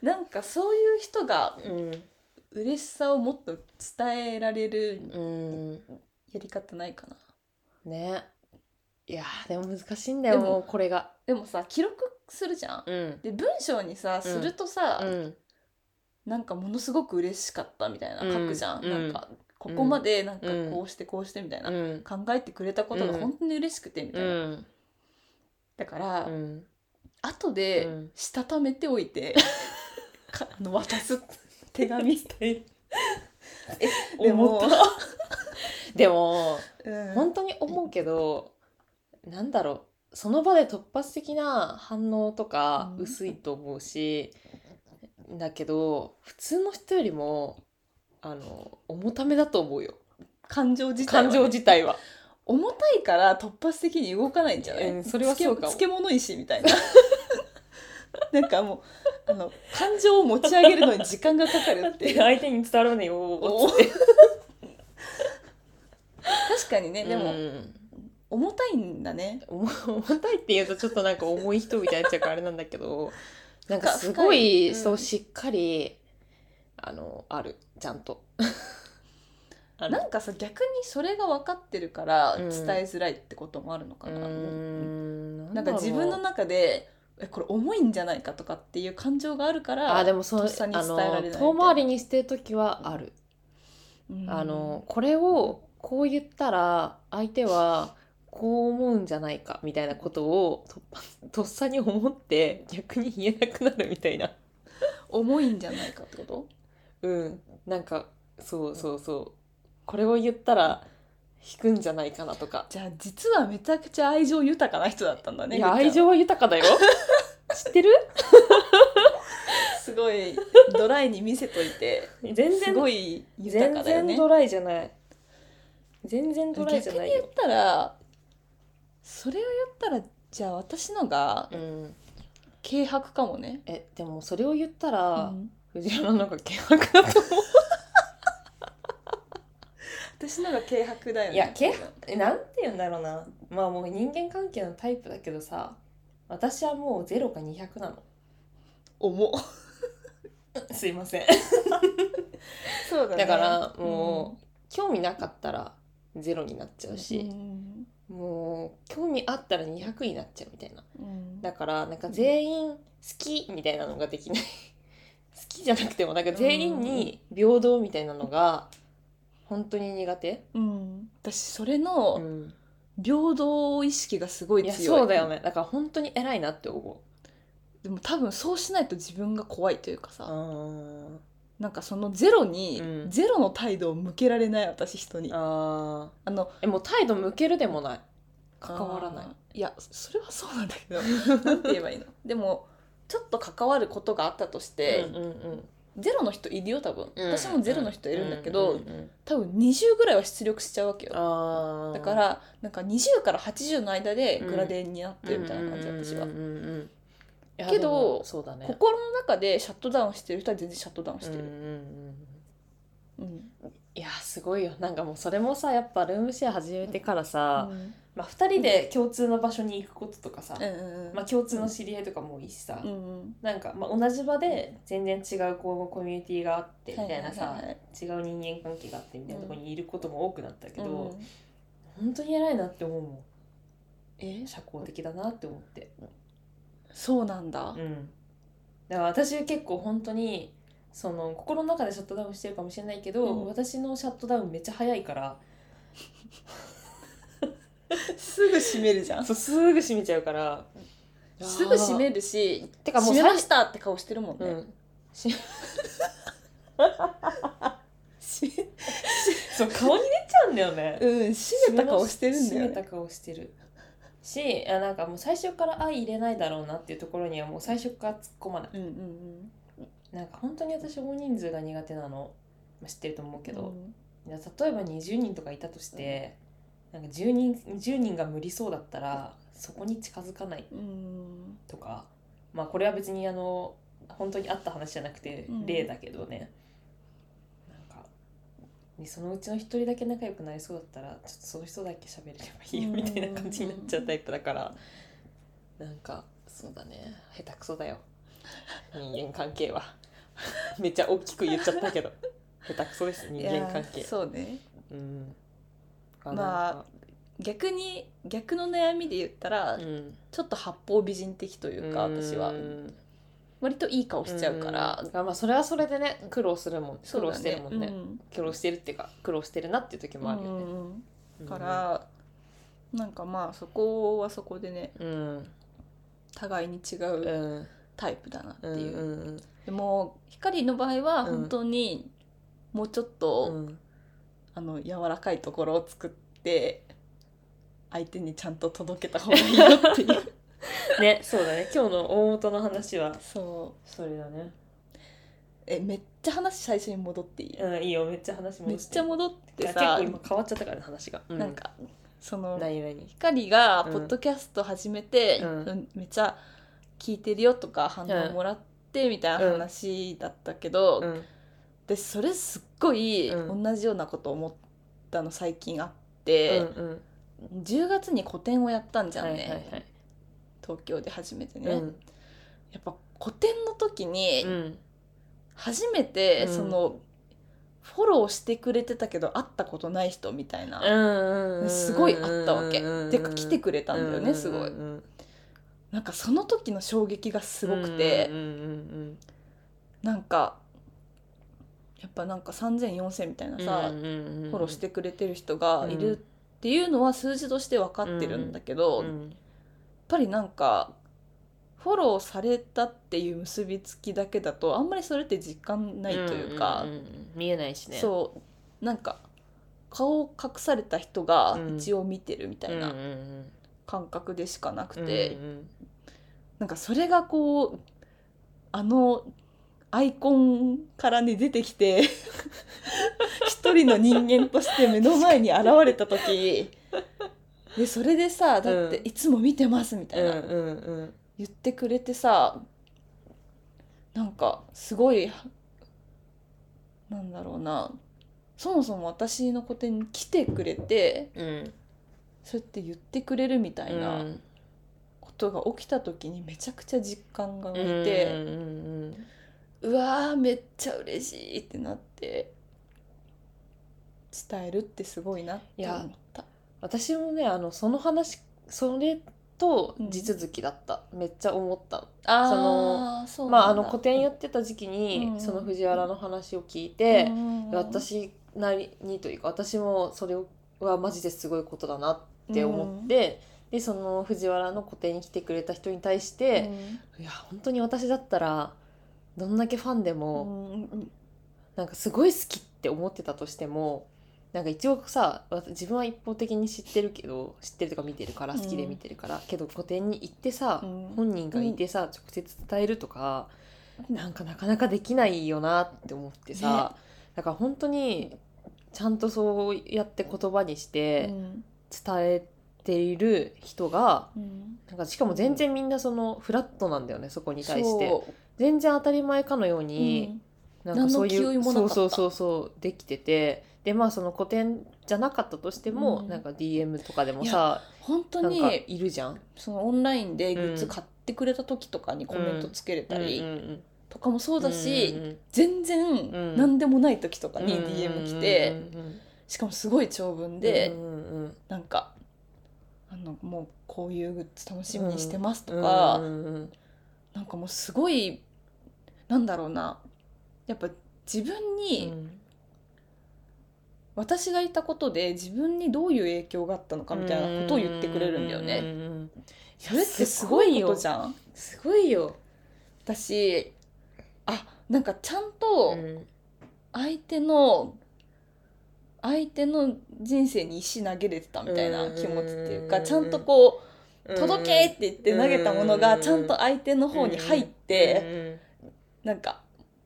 Speaker 1: なんかそういう人が
Speaker 2: うん
Speaker 1: 嬉しさをもっと伝えられる
Speaker 2: うん
Speaker 1: やり方ないかな
Speaker 2: ねいやーでも難しいんだよ
Speaker 1: でも
Speaker 2: もうこれが
Speaker 1: でもさ記録するじゃん。
Speaker 2: うん
Speaker 1: で文章にさするとさ、
Speaker 2: うん
Speaker 1: なんかものすごく嬉しかったみたいな書くじゃん、
Speaker 2: う
Speaker 1: な
Speaker 2: ん
Speaker 1: んかここまでなんか
Speaker 2: うん
Speaker 1: こうしてこうしてみたいな、
Speaker 2: うん
Speaker 1: 考えてくれたことが
Speaker 2: うん
Speaker 1: 本当に嬉しくてみた
Speaker 2: う
Speaker 1: いな、
Speaker 2: ん
Speaker 1: だから、
Speaker 2: うん
Speaker 1: 後で
Speaker 2: うん
Speaker 1: したためておい て、かあの渡す手紙
Speaker 2: え
Speaker 1: でも
Speaker 2: 重たでも
Speaker 1: うん
Speaker 2: 本当に思うけどなんだろうその場で突発的な反応とか
Speaker 1: うん
Speaker 2: 薄いと思うし、だけど普通の人よりもあの重ためだと思うよ
Speaker 1: 感情自体はね
Speaker 2: 感情自体は。
Speaker 1: 重たいから突発的に動かないんじゃない、
Speaker 2: うんそれはそうかも
Speaker 1: 漬物石みた いななんかもうあの感情を持ち上げるのに時間がかかるっ て
Speaker 2: で相手に伝わるねよ
Speaker 1: お
Speaker 2: つって
Speaker 1: 確かにねでも、
Speaker 2: うん
Speaker 1: 重たいんだね
Speaker 2: 重重たいって言うとちょっとなんか重い人みたいになっちゃうからあれなんだけどなんかすごい、
Speaker 1: 深いうん
Speaker 2: そうしっかりあのあるちゃんと。ある
Speaker 1: なんかさ逆にそれが分かってるから
Speaker 2: うん
Speaker 1: 伝えづらいってこともあるのかな、
Speaker 2: うーん
Speaker 1: なんか自分の
Speaker 2: 中
Speaker 1: 中でえこれ重いんじゃないかとかっていう感情があるから
Speaker 2: あでもそ
Speaker 1: と
Speaker 2: う
Speaker 1: っさに
Speaker 2: あ
Speaker 1: 伝えられない
Speaker 2: の遠回りにしてる時はある、
Speaker 1: り
Speaker 2: あのこれをこう言ったら相手はこう思うんじゃないかみたいなことをとっぱとっさに思って逆に言えなくなるみたいな
Speaker 1: 重いんじゃないかってこと
Speaker 2: うんなんかそうそうそうこれを言ったら引くんじゃないかなとか、
Speaker 1: じゃあ実はめちゃくちゃ愛情豊かな人だったんだね
Speaker 2: いや
Speaker 1: ゆうち
Speaker 2: 愛
Speaker 1: ゃん
Speaker 2: 情は豊か だよ知ってる
Speaker 1: すごいドライに見せといて
Speaker 2: 全然
Speaker 1: すごい豊
Speaker 2: 全
Speaker 1: かだよ
Speaker 2: 然
Speaker 1: ね
Speaker 2: ドライじゃない全然ドライじゃ
Speaker 1: 逆
Speaker 2: な
Speaker 1: に
Speaker 2: いよ
Speaker 1: 言ったらそれを言ったらじゃあ私のが
Speaker 2: うん、
Speaker 1: 軽薄かもね、
Speaker 2: えでもそれを言ったら、
Speaker 1: うん
Speaker 2: 藤原なんか軽薄だと 思
Speaker 1: 私のが軽薄だよね
Speaker 2: いや軽うなんて言うんだろうなまあもう人間関係のタイプだけどさ私はもう0か200なの
Speaker 1: 重
Speaker 2: すいません
Speaker 1: そうだ
Speaker 2: だからも興味なかったら0になっちゃうし、
Speaker 1: うん
Speaker 2: もう興味あったら200になっちゃうみたいな
Speaker 1: うん
Speaker 2: だからなんか全員好きみたいなのができない 好きじゃなくてもなんか全員に平等みたいなのが本当に苦手、
Speaker 1: うん私それの
Speaker 2: ん、
Speaker 1: 平等意識がすごい
Speaker 2: いや
Speaker 1: 強い
Speaker 2: そうだよねだから本当に偉いなって思
Speaker 1: でも多分そうしないと自分が怖いというか
Speaker 2: う
Speaker 1: さ
Speaker 2: あ
Speaker 1: なんかそのゼロに、
Speaker 2: うん
Speaker 1: ゼロの態度を向けられない私人に
Speaker 2: あ
Speaker 1: あの
Speaker 2: えもう態度向けるでもない関わらない
Speaker 1: あーいやそれはそうなんだけ どなんて言えばいいのでもちょっと関わることがあったとして、
Speaker 2: うんうん
Speaker 1: ゼロの人いるよ多分、
Speaker 2: うん、
Speaker 1: 私もゼロの人いるんだけど、
Speaker 2: ううんうん
Speaker 1: 多分20ぐらいは出力しちゃうわけよ
Speaker 2: あー
Speaker 1: だからなんか20から80の間でグラデーになってるみたいな感じ、私は
Speaker 2: うんうんうんうんいや
Speaker 1: けど
Speaker 2: でもそうだね
Speaker 1: 心の中でシャットダウンしてる人は全然シャットダウンして
Speaker 2: う
Speaker 1: る、
Speaker 2: んうん
Speaker 1: う
Speaker 2: うん
Speaker 1: ん
Speaker 2: いやすごいよなんかもうそれもさやっぱルームシェア始めてからさ、
Speaker 1: うん
Speaker 2: まあ、2人で共通の場所に行くこととかさ、
Speaker 1: うんうん
Speaker 2: まあ、共通の知り合いとかもいいしさ、
Speaker 1: うんうん
Speaker 2: なんか、まあ、同じ場で全然違うこうコミュニティがあってみたいなさ、
Speaker 1: はいはいはい
Speaker 2: 違う人間関係があってみたいなところにいることも多くなったけど、
Speaker 1: うん
Speaker 2: 本当に偉いなって思うもん
Speaker 1: え
Speaker 2: 社交的だなって思って。
Speaker 1: そうなんだ
Speaker 2: うん、だから私結構本当にその心の中でシャットダウンしてるかもしれないけど、
Speaker 1: うん
Speaker 2: 私のシャットダウンめっちゃ早いから
Speaker 1: すぐ閉めるじゃん
Speaker 2: そうすぐ閉めちゃうから
Speaker 1: すぐ閉
Speaker 2: る
Speaker 1: めるして
Speaker 2: かもう
Speaker 1: 閉めましたって顔してるもんね、
Speaker 2: うんしそう顔に出ちゃうんだよね
Speaker 1: うん、閉めた顔してるんだよ、
Speaker 2: 閉め
Speaker 1: ね。
Speaker 2: た顔してるしあなんかもう最初から相入れないだろうなっていうところにはもう最初から突っ込まない
Speaker 1: うんうんうん。
Speaker 2: なんか本当に私大人数が苦手なのまあ知ってると思うけど、
Speaker 1: うん
Speaker 2: いや例えば20人とかいたとして、なんか10人 ,10 人が無理そうだったらそこに近づかない
Speaker 1: うん。
Speaker 2: とかまあこれは別にあの本当にあった話じゃなくて
Speaker 1: うん
Speaker 2: 例だけどね、なんかでそのうちの一人だけ仲良くなりそうだったらちょっとその人だけ喋れればいいよ
Speaker 1: うん
Speaker 2: みたいな感じになっちゃうタイプだから、なんかそうだね下手くそだよ人間関係は めっちゃ大きく言っちゃったけど下手くそです人
Speaker 1: い
Speaker 2: 間
Speaker 1: や
Speaker 2: 関係
Speaker 1: そうね。
Speaker 2: うん、
Speaker 1: まあ
Speaker 2: あ
Speaker 1: 逆に逆の悩みで言ったら、
Speaker 2: うん
Speaker 1: ちょっと八方美人的というか、私は
Speaker 2: うん
Speaker 1: 割といい顔しちゃうから、
Speaker 2: んまあそれはそれでね苦労するもん苦
Speaker 1: そう
Speaker 2: 労
Speaker 1: だ
Speaker 2: してるもんね
Speaker 1: うん
Speaker 2: 苦労してるっていうか苦労してるなっていう時もあるよ
Speaker 1: う
Speaker 2: ね、
Speaker 1: んうんうんから、なんかまあそこはそこでね
Speaker 2: うん
Speaker 1: 互いに違
Speaker 2: うん
Speaker 1: う
Speaker 2: うん
Speaker 1: タイプだなって
Speaker 2: うん
Speaker 1: いう、
Speaker 2: うん
Speaker 1: でも光の場合は
Speaker 2: うん
Speaker 1: 本当にもうちょっ
Speaker 2: う
Speaker 1: と、
Speaker 2: ん
Speaker 1: あの柔らかいところを作って相手にちゃんと届けた方がいいよっていう
Speaker 2: ねそうだね今日の大元の話は
Speaker 1: そう
Speaker 2: それだね
Speaker 1: えめっちゃ話最初に戻っていい、
Speaker 2: うんいいよめっちゃ話
Speaker 1: め
Speaker 2: 戻
Speaker 1: っ
Speaker 2: して
Speaker 1: ちゃ戻っ
Speaker 2: い
Speaker 1: て
Speaker 2: や
Speaker 1: さ、
Speaker 2: 結構今変わっちゃったからね話が、う
Speaker 1: なんかその
Speaker 2: 何何
Speaker 1: 光が
Speaker 2: うん
Speaker 1: ポッドキャスト始めて、
Speaker 2: うん
Speaker 1: うんめっちゃ聞いてるよとか反応もらってみたいな話だったけど、
Speaker 2: うん
Speaker 1: でそれすっごい
Speaker 2: うん
Speaker 1: 同じようなこと思ったの最近あって、
Speaker 2: うんうん
Speaker 1: 10月に個展をやったんじゃん
Speaker 2: は
Speaker 1: ね、
Speaker 2: いはいはい
Speaker 1: 東京で初めてね、
Speaker 2: うん
Speaker 1: やっぱ個展の時に
Speaker 2: うん
Speaker 1: 初めて
Speaker 2: うん
Speaker 1: その、フォローしてくれてたけど会ったことない人みたいな、
Speaker 2: うんうん
Speaker 1: すごいあったわけ、
Speaker 2: うん
Speaker 1: てか来てくれたんだよね、すごい
Speaker 2: うんうんうん
Speaker 1: なんかその時の衝撃がすごくて、
Speaker 2: うんうん
Speaker 1: なんかやっぱなんか3,0004,000みたいな
Speaker 2: うん
Speaker 1: さ、
Speaker 2: うんうんうん
Speaker 1: フォローしてくれてる人がいるっていうのは数字として分かってるんだけど、
Speaker 2: う
Speaker 1: やっ
Speaker 2: ん
Speaker 1: ぱりなんかフォローされたっていう結びつきだけだとあんまりそれって実感ないというか、
Speaker 2: んんうん見えないしね
Speaker 1: そうなんか顔を隠された人が
Speaker 2: うん
Speaker 1: 一応見てるみたい
Speaker 2: うん
Speaker 1: な
Speaker 2: うんうん
Speaker 1: 感覚でしかなく
Speaker 2: うん
Speaker 1: て、
Speaker 2: うん
Speaker 1: なんかそれがこうあのアイコンからね出てきて 一人の人間として目の前に現れた時でそれでさだって
Speaker 2: うん
Speaker 1: いつも見てますみたいな、
Speaker 2: うんうん
Speaker 1: 言ってくれてさなんかすごいなんだろうなそもそも私の個展に来てくれて
Speaker 2: うん
Speaker 1: そうやって言ってくれるみたいな。
Speaker 2: うん
Speaker 1: ことが起きた時にめちゃくちゃ実感が湧い
Speaker 2: うん
Speaker 1: て、
Speaker 2: うんうん
Speaker 1: うわーめっちゃ嬉しいってなって伝えるってすごいなって思った。
Speaker 2: 私もねあのその話それと地続きだった、めっちゃ思った
Speaker 1: あ
Speaker 2: そ
Speaker 1: のそう
Speaker 2: まあ
Speaker 1: な
Speaker 2: あ
Speaker 1: んだ
Speaker 2: の古典やってた時期に、
Speaker 1: うん
Speaker 2: その藤原の話を聞い
Speaker 1: うん
Speaker 2: て
Speaker 1: う、んうん
Speaker 2: 私なりにというか私もそれはマジですごいことだなって思って、でその藤原の古典に来てくれた人に対し
Speaker 1: う
Speaker 2: て、
Speaker 1: ん
Speaker 2: いや本当に私だったらどんだけファンで
Speaker 1: う
Speaker 2: も、
Speaker 1: んうん
Speaker 2: なんかすごい好きって思ってたとしてもなんか一応さわ自分は一方的に知ってるけど知ってるとか見てるから
Speaker 1: うん
Speaker 2: 好きで見てるから、けど個展に行ってさ、
Speaker 1: うん
Speaker 2: 本人がいてさ直接伝えるとか、なんかなかなかできないよなって思ってさ、だから本当にちゃんとそうやって言葉にし
Speaker 1: う
Speaker 2: て
Speaker 1: ん
Speaker 2: 伝えている人が、
Speaker 1: うん
Speaker 2: なんかしかも全然みんなそのフラットなんだよねそこに対して。
Speaker 1: そう
Speaker 2: 全然当たり前かのように、なんかそうい
Speaker 1: 何の気負いうもなかっ
Speaker 2: そう
Speaker 1: た
Speaker 2: そうそうそうできててでまあその古典じゃなかったとしても、
Speaker 1: うん
Speaker 2: なんか DM とかでもさ
Speaker 1: 本当
Speaker 2: なんか
Speaker 1: に
Speaker 2: いるじゃん。
Speaker 1: そのオンラインでグッ
Speaker 2: う
Speaker 1: ズ
Speaker 2: ん
Speaker 1: 買ってくれた時とかにコメントつけれた
Speaker 2: うん
Speaker 1: り
Speaker 2: うんうん
Speaker 1: とかもそうだし、
Speaker 2: うんうん
Speaker 1: 全
Speaker 2: うん
Speaker 1: 然何でもない時とかに DM 来て、
Speaker 2: うんうんうん
Speaker 1: しかもすごい長文で、
Speaker 2: うんうん
Speaker 1: なんかあのもうこういうグッズ楽しみにしてますとか、
Speaker 2: うんうんうん
Speaker 1: なんかもうすごいなんだろうなやっぱ自分に、私がいたことで自分にどういう影響があったのかみたいなことを言ってくれるんだよね。
Speaker 2: ううんうん
Speaker 1: それってすごいことじゃん。
Speaker 2: すごいよ。
Speaker 1: だしあなんかちゃんと
Speaker 2: うん
Speaker 1: 相手の相手の人生に石投げれてたみたいな気持ちっていうか
Speaker 2: うん
Speaker 1: ちゃんとこう届けって言って投げたものが
Speaker 2: うん
Speaker 1: ちゃんと相手の方に入って、なんか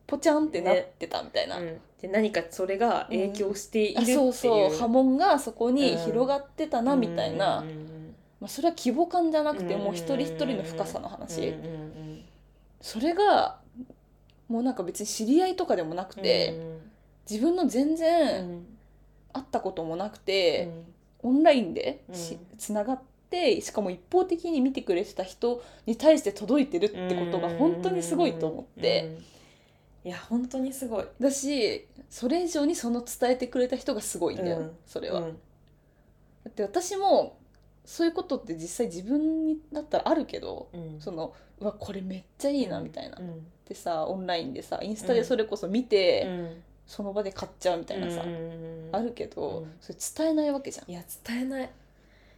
Speaker 1: ポチャンってなってたみたいな、
Speaker 2: うんうんで何かそれが影響している
Speaker 1: あ
Speaker 2: っていう、
Speaker 1: そうそう波紋がそこに
Speaker 2: うん
Speaker 1: 広がってたなみたいな、
Speaker 2: うんうんうん
Speaker 1: まあ、それは規模感じゃなくて
Speaker 2: うん
Speaker 1: もう一人一人の深さの話、
Speaker 2: うんうんうん
Speaker 1: それがもうなんか別に知り合いとかでもなくて、自分の全
Speaker 2: うん
Speaker 1: 然会ったこともなくて、オンラインでし
Speaker 2: う
Speaker 1: つながって。しかも一方的に見てくれてた人に対して届いてるってことが本当にすごいと思って、
Speaker 2: うんいや本当にすごい
Speaker 1: だしそれ以上にその伝えてくれた人がすごいんだよ、
Speaker 2: うん
Speaker 1: それは、
Speaker 2: うん
Speaker 1: だって私もそういうことって実際自分にだったらあるけど
Speaker 2: うん
Speaker 1: そのうわこれめっちゃいいなみたいな、
Speaker 2: う
Speaker 1: っ
Speaker 2: ん
Speaker 1: てさオンラインでさインスタでそれこそ見て、
Speaker 2: うん
Speaker 1: その場で買っちゃうみたいなさ、
Speaker 2: うん
Speaker 1: あるけど、
Speaker 2: うん
Speaker 1: それ伝えないわけじゃん
Speaker 2: いや伝えない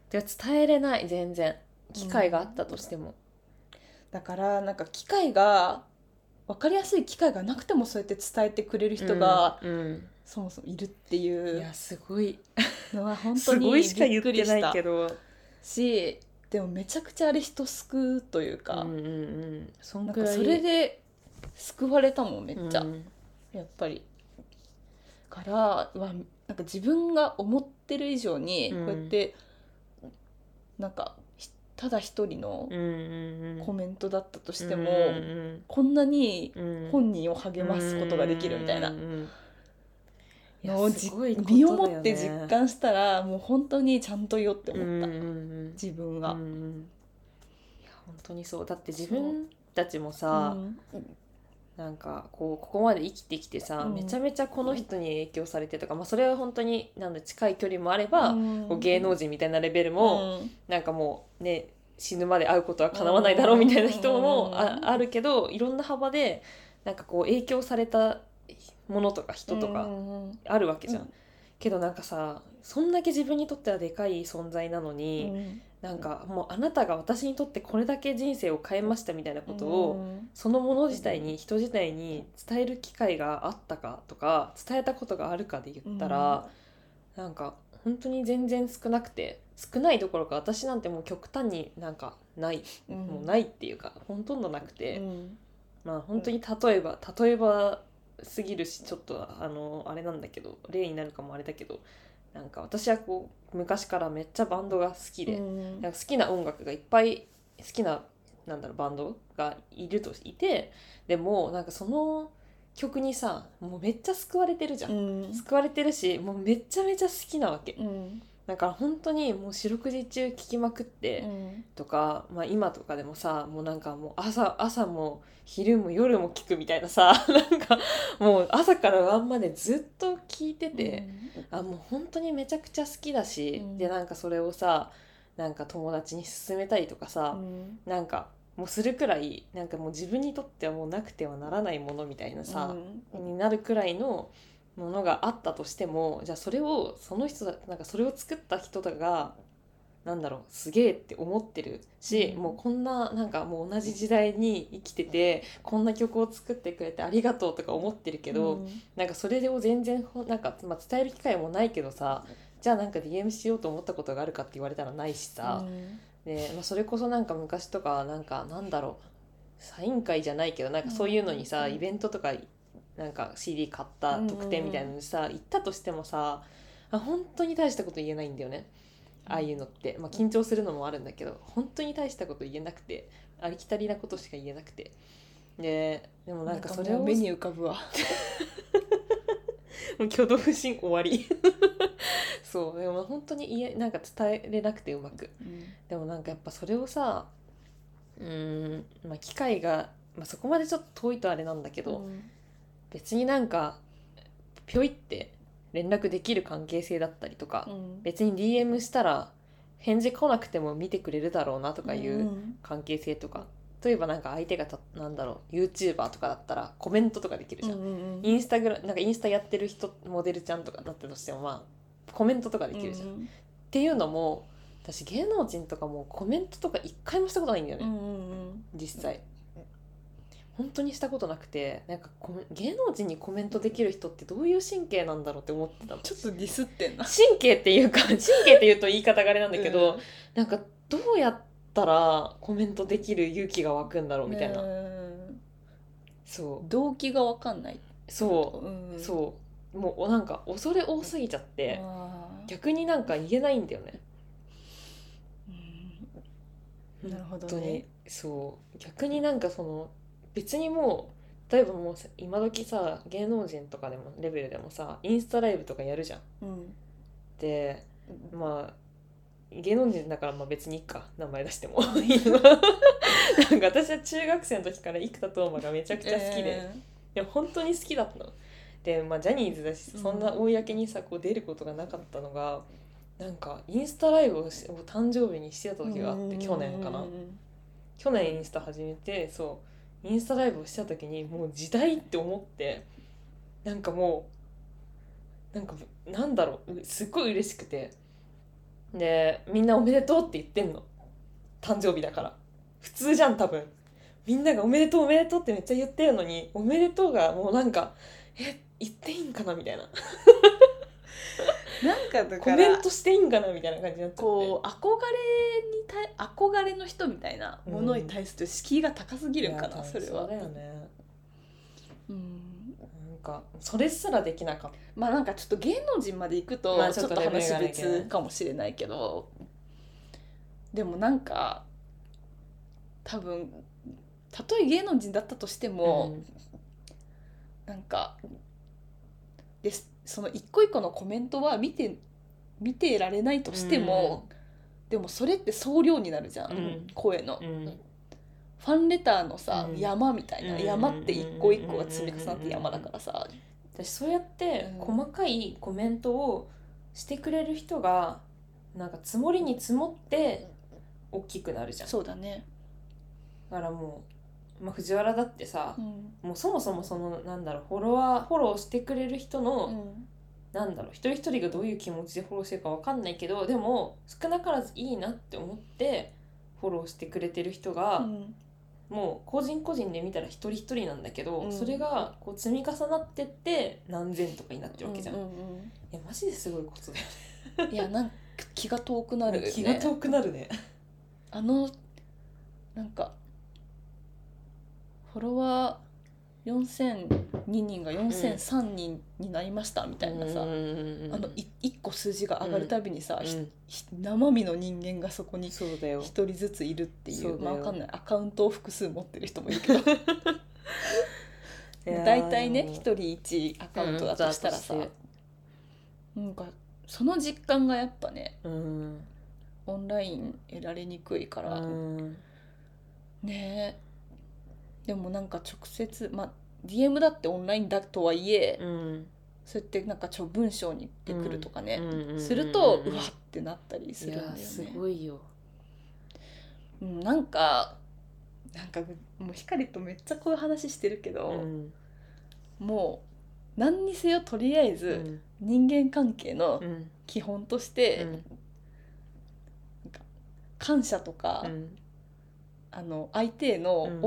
Speaker 2: てか伝えれない全然機会があったとしても、
Speaker 1: だからなんか機会が分かりやすい機会がなくてもそうやって伝えてくれる人が、
Speaker 2: うん
Speaker 1: そもそもいるってい
Speaker 2: いうやすごい
Speaker 1: のは本当
Speaker 2: す
Speaker 1: に
Speaker 2: ご
Speaker 1: び
Speaker 2: いしか言
Speaker 1: っ
Speaker 2: っ
Speaker 1: く
Speaker 2: て
Speaker 1: りし
Speaker 2: ない
Speaker 1: た
Speaker 2: けど
Speaker 1: しでもめちゃくちゃあれ人救うというか、
Speaker 2: うんうんうんそん
Speaker 1: なん
Speaker 2: く
Speaker 1: から
Speaker 2: い
Speaker 1: それで救われたもんめっちゃ、
Speaker 2: うん
Speaker 1: やっぱり。からはなんか自分が思ってる以上にこ
Speaker 2: うん
Speaker 1: うやって、なんかひただ一人の
Speaker 2: うんうんうん
Speaker 1: コメントだったとしても、
Speaker 2: うん
Speaker 1: こんなに
Speaker 2: うんうん
Speaker 1: 本人を励ますことができるみたいな
Speaker 2: うんうんうんいや
Speaker 1: のをじ
Speaker 2: すごいことだ
Speaker 1: 身
Speaker 2: よ
Speaker 1: を
Speaker 2: ね
Speaker 1: もって実感したらもう本当にちゃんとよって思った、
Speaker 2: うんうんうん
Speaker 1: 自分が。
Speaker 2: うんうんいや本当にそうだって自分たちもさ、
Speaker 1: うん
Speaker 2: なんかこうここまで生きてきてさ、
Speaker 1: うん
Speaker 2: めちゃめちゃこの人に影響されてとか、まあ、それは本当になんだ近い距離もあれば、こう芸能人みたいなレベルも、
Speaker 1: うん
Speaker 2: なんかもうね死ぬまで会うことは叶わないだろうみたいな人も
Speaker 1: うん
Speaker 2: ああるけどいろんな幅でなんかこう影響されたものとか人と
Speaker 1: うん
Speaker 2: か
Speaker 1: うん
Speaker 2: あるわけじゃん。
Speaker 1: うん
Speaker 2: けどなんかさそんだけ自分にとってはでかい存在なの
Speaker 1: う
Speaker 2: に、
Speaker 1: ん
Speaker 2: なんかもうあなたが私にとってこれだけ人生を変えましたみたいなことを、
Speaker 1: うん
Speaker 2: そのもの自体に人自体に伝える機会があったかとか伝えたことがあるかで言ったら、なんか本当に全然少なくて少ないどころか私なんてもう極端になんかない、
Speaker 1: うん
Speaker 2: もうないっていうかほとんどなくて、
Speaker 1: うん
Speaker 2: まあ本当に例えば例えばすぎるしちょっとあのあれなんだけど例になるかもあれだけどなんか私はこう昔からめっちゃバンドが好きで、
Speaker 1: うん
Speaker 2: なんか好きな音楽がいっぱい好きななんだろうバンドがいるといてでもなんかその曲にさもうめっちゃ救われてるじゃん、
Speaker 1: うん
Speaker 2: 救われてるしもうめちゃめちゃ好きなわけ
Speaker 1: うん
Speaker 2: だから本当にもう四六時中聴きまくって、
Speaker 1: うん
Speaker 2: とか、まあ、今とかでもさもうなんかもう朝朝も昼も夜も聴くみたいなさ なんかもう朝から晩までずっと聴いてて。あもう本当にめちゃくちゃ好きだし、
Speaker 1: うん
Speaker 2: でなんかそれをさなんか友達に勧めたりとか
Speaker 1: う
Speaker 2: さ、
Speaker 1: ん
Speaker 2: なんかもうするくらいなんかもう自分にとってはもうなくてはならないものみたいなさ、になるくらいのものがあったとしてもじゃあそれをその人だなんかそれを作った人だがなんだろうすげえって思ってるし、
Speaker 1: うん
Speaker 2: もうこんななんかもう同じ時代に生きててこんな曲を作ってくれてありがとうとか思ってるけど、
Speaker 1: うん
Speaker 2: なんかそれを全然ほなんか、まあ、伝える機会もないけどさじゃあなんか DM しようと思ったことがあるかって言われたらないしさ、
Speaker 1: うん
Speaker 2: でまあ、それこそなんか昔とかなんかなんだろうサイン会じゃないけどなんかそういうのにさ、
Speaker 1: うん
Speaker 2: イベントとかなんか CD 買った特典みたいなのにさ、行ったとしてもさあ本当に大したこと言えないんだよねああいうのって、まあ、緊張するのもあるんだけど本当に大したこと言えなくてありきたりなことしか言えなくてででもなんかそれ
Speaker 1: も
Speaker 2: を
Speaker 1: う目に浮かぶわ
Speaker 2: もう挙動不審終わり そうでも本当に言えなんか伝えれなくてうまくでもなんかやっぱそれをさうーん、まあ、機会が、まあ、そこまでちょっと遠いとあれなんだけど、
Speaker 1: うん
Speaker 2: 別になんかぴょいって連絡できる関係性だったりとか、
Speaker 1: うん
Speaker 2: 別に DM したら返事来なくても見てくれるだろうなとかいう
Speaker 1: うん
Speaker 2: 関係性とか、例えばなんか相手がたなんだろう YouTuber とかだったらコメントとかできるじゃん
Speaker 1: うんうん
Speaker 2: インスタグラなんかインスタやってる人モデルちゃんとかだったとしてもまあコメントとかできるじゃん。っ
Speaker 1: うん
Speaker 2: ていうのも私芸能人とかもコメントとか一回もしたことないんだよ
Speaker 1: う
Speaker 2: ね、
Speaker 1: んうん
Speaker 2: 実際。本当にしたことなくてなんかコメ芸能人にコメントできる人ってどういう神経なんだろうって思ってたの
Speaker 1: ちょっとディスってんな
Speaker 2: 神経ってい うか神経っていうと言い方があれなんだけど、なんかどうやったらコメントできる勇気が湧くんだろうみたいな、
Speaker 1: うん
Speaker 2: そ
Speaker 1: 動機がわかんないう
Speaker 2: そうう、
Speaker 1: ん
Speaker 2: そうもうなんか恐れ多すぎちゃって、
Speaker 1: あー
Speaker 2: 逆になんか言えないんだよね。
Speaker 1: うんなるほどね
Speaker 2: 本当にそう逆になんかその別にもう例えばもうさ今時さ芸能人とかでもレベルでもさインスタライブとかやるじゃん。
Speaker 1: うん
Speaker 2: でまあ芸能人だからまあ別にいいか名前出し てもなんか私は中学生の時から生田斗真がめちゃくちゃ好きで、
Speaker 1: えー
Speaker 2: いや本当に好きだったの。で、まあ、ジャニーズだし
Speaker 1: うん
Speaker 2: そんな公にさこう出ることがなかったのが、なんかインスタライブをしを誕生日にしてた時があって去年かな去年インスタ始めてそうインスタライブをした時にもう時代って思ってなんかもうなんかなんだろううすっごい嬉しくてでみんなおめでとうって言ってんの誕生日だから普通じゃん多分みんながおめでとうおめでとうってめっちゃ言ってるのにおめでとうがもうなんかえ言っていいんかなみたいな
Speaker 1: なんかだ
Speaker 2: コ
Speaker 1: から
Speaker 2: メントしていいんかなみたいな感じになっちゃって
Speaker 1: こう憧れに対憧れの人みたいなものに対する敷居が高すぎるんか
Speaker 2: い
Speaker 1: な、
Speaker 2: や
Speaker 1: それは
Speaker 2: うだよね
Speaker 1: うん
Speaker 2: なんかそれすらできなかっ
Speaker 1: まあなんかちょっと芸能人まで行くと
Speaker 2: まあ
Speaker 1: ちょ
Speaker 2: ちょ
Speaker 1: っと
Speaker 2: っとね
Speaker 1: 話
Speaker 2: 目がね
Speaker 1: 別かもしれないけど、でもなんか多分たとえ芸能人だったとして
Speaker 2: た
Speaker 1: も、なんかですその一個一個のコメントは見て見てられないとしても、でもそれって総量になるじゃん、
Speaker 2: うん
Speaker 1: 声の、
Speaker 2: う
Speaker 1: フ
Speaker 2: ん
Speaker 1: ァンレターのさ、
Speaker 2: うん
Speaker 1: 山みたいな、
Speaker 2: うん
Speaker 1: 山って一個一個が積み重なって山だからさ、
Speaker 2: 私そうやって
Speaker 1: うん
Speaker 2: 細かいコメントをしてくれる人がなんか積もりに積もって大きくなるじゃんだ
Speaker 1: そうだね、
Speaker 2: からもう、まあ、藤原だってさ
Speaker 1: う、ん
Speaker 2: もうそもそもそのなんだろうフォロワーフォローしてくれる人の、
Speaker 1: うん
Speaker 2: なんだろう一人一人がどういう気持ちでフォローしてるかわかんないけどでも少なからずいいなって思ってフォローしてくれてる人が、
Speaker 1: うん
Speaker 2: もう個人個人で見たら一人一人なんだけど、
Speaker 1: うん
Speaker 2: それがこう積み重なってって何千とかになってるわけじゃん、
Speaker 1: う
Speaker 2: い
Speaker 1: んうん
Speaker 2: やマジですごいことだよ
Speaker 1: うんいやなんか気が遠くなるよね
Speaker 2: 気が遠くなるね
Speaker 1: あのなんかフォロワー4002人が4003人になりましたみたいなさ、あのい一個数字が上がるたびにさ、ひひ生身の人間がそこに
Speaker 2: そうだよ
Speaker 1: 一人ずついるってい
Speaker 2: そううだ
Speaker 1: まあ
Speaker 2: よ
Speaker 1: わかんないアカウントを複数持ってる人もい るけど大体ね一人一アカウントだとしたらさ、
Speaker 2: うんだと
Speaker 1: なんかその実感がやっぱね
Speaker 2: うん
Speaker 1: オンライン得られにくいから、ねえでもなんか直接まあ DM だってオンラインだとはいえ、そうやってなんかちょ文章に出てくるとかね、すると、うわってなったりするんだよ
Speaker 2: いやす
Speaker 1: ね。
Speaker 2: ごいよ
Speaker 1: うん、なんかなんかもう光とめっちゃこういう話してるけど、
Speaker 2: うん
Speaker 1: もう何にせよとりあえ
Speaker 2: う
Speaker 1: ず
Speaker 2: ん
Speaker 1: 人間関係の
Speaker 2: うん
Speaker 1: 基本として、感謝とか、
Speaker 2: うん
Speaker 1: あの相手への恩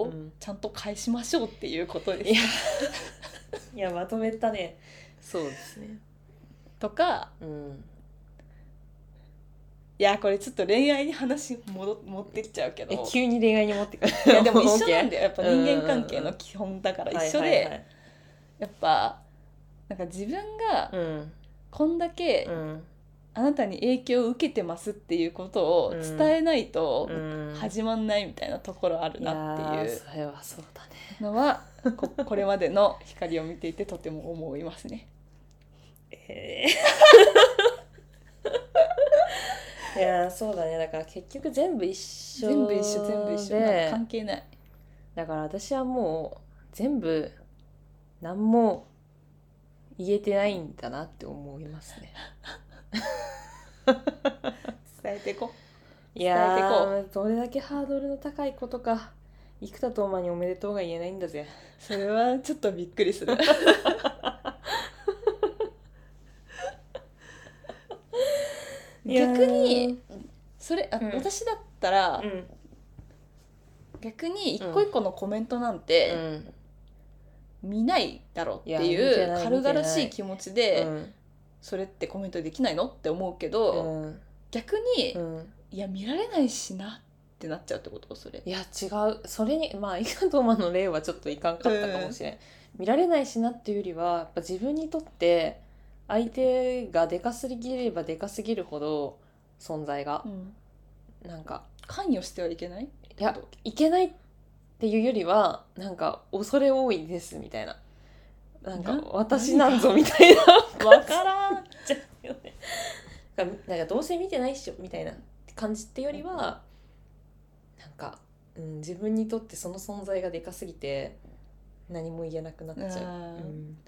Speaker 1: を
Speaker 2: うん
Speaker 1: ちゃんと返しましょうっていうことです、
Speaker 2: いやいやまとめたねそうですね
Speaker 1: とか
Speaker 2: うん
Speaker 1: いやこれちょっと恋愛に話戻持ってっちゃうけど
Speaker 2: え急に恋愛に持ってくる
Speaker 1: いやでも 一緒なんだ
Speaker 2: で
Speaker 1: よやっぱ人間関係の基本だから一緒でやっぱなんか自分が
Speaker 2: うん
Speaker 1: こんだけ
Speaker 2: うん
Speaker 1: あなたに影響を受けてますっていうことを伝えないと
Speaker 2: うん
Speaker 1: 始まんないみたいなところあるなって
Speaker 2: い
Speaker 1: い
Speaker 2: やー
Speaker 1: う
Speaker 2: それはそうだね
Speaker 1: のはこ これまでの光を見ていてとても思いますね。
Speaker 2: えーいやーそうだねだから結局全部一緒
Speaker 1: 全部一緒全部一緒なんか
Speaker 2: で
Speaker 1: 関係ない。
Speaker 2: だから私はもう全部何も言えてないんだなって思いますね
Speaker 1: 伝えていこ
Speaker 2: い
Speaker 1: 伝えていこう
Speaker 2: やーどれだけハードルの高いことか生田斗真におめでとうが言えないんだぜ
Speaker 1: う。それはちょっとびっくりす る。逆にそれあ、
Speaker 2: うん
Speaker 1: 私だったら、
Speaker 2: うん
Speaker 1: 逆に一個一個のコメントなんて、
Speaker 2: うん
Speaker 1: 見ないだろうって
Speaker 2: いや見て
Speaker 1: い
Speaker 2: な
Speaker 1: う
Speaker 2: い
Speaker 1: 軽々しい気持ちで、
Speaker 2: うん
Speaker 1: それってコメントできないのって思うけど、
Speaker 2: うん
Speaker 1: 逆に、
Speaker 2: うん
Speaker 1: いや見られないしなってなっちゃうってことそれ
Speaker 2: いや違うそれにまあ 生田斗真の例はちょっといかんかったかもしれん、見られないしなっていうよりはやっぱ自分にとって相手がでかすぎればでかすぎるほど存在が
Speaker 1: うん
Speaker 2: なんか
Speaker 1: 関与してはいけない
Speaker 2: いやいけないっていうよりはなんか恐れ多いですみたいななんか
Speaker 1: な
Speaker 2: 私なんぞみたいな
Speaker 1: わ からん
Speaker 2: じゃうよねなんかなんかどうせ見てないっしょみたいな感じってよりはなんか、うん、自分にとってその存在がでかすぎて何も言えなくなっちゃう。
Speaker 1: あー
Speaker 2: うん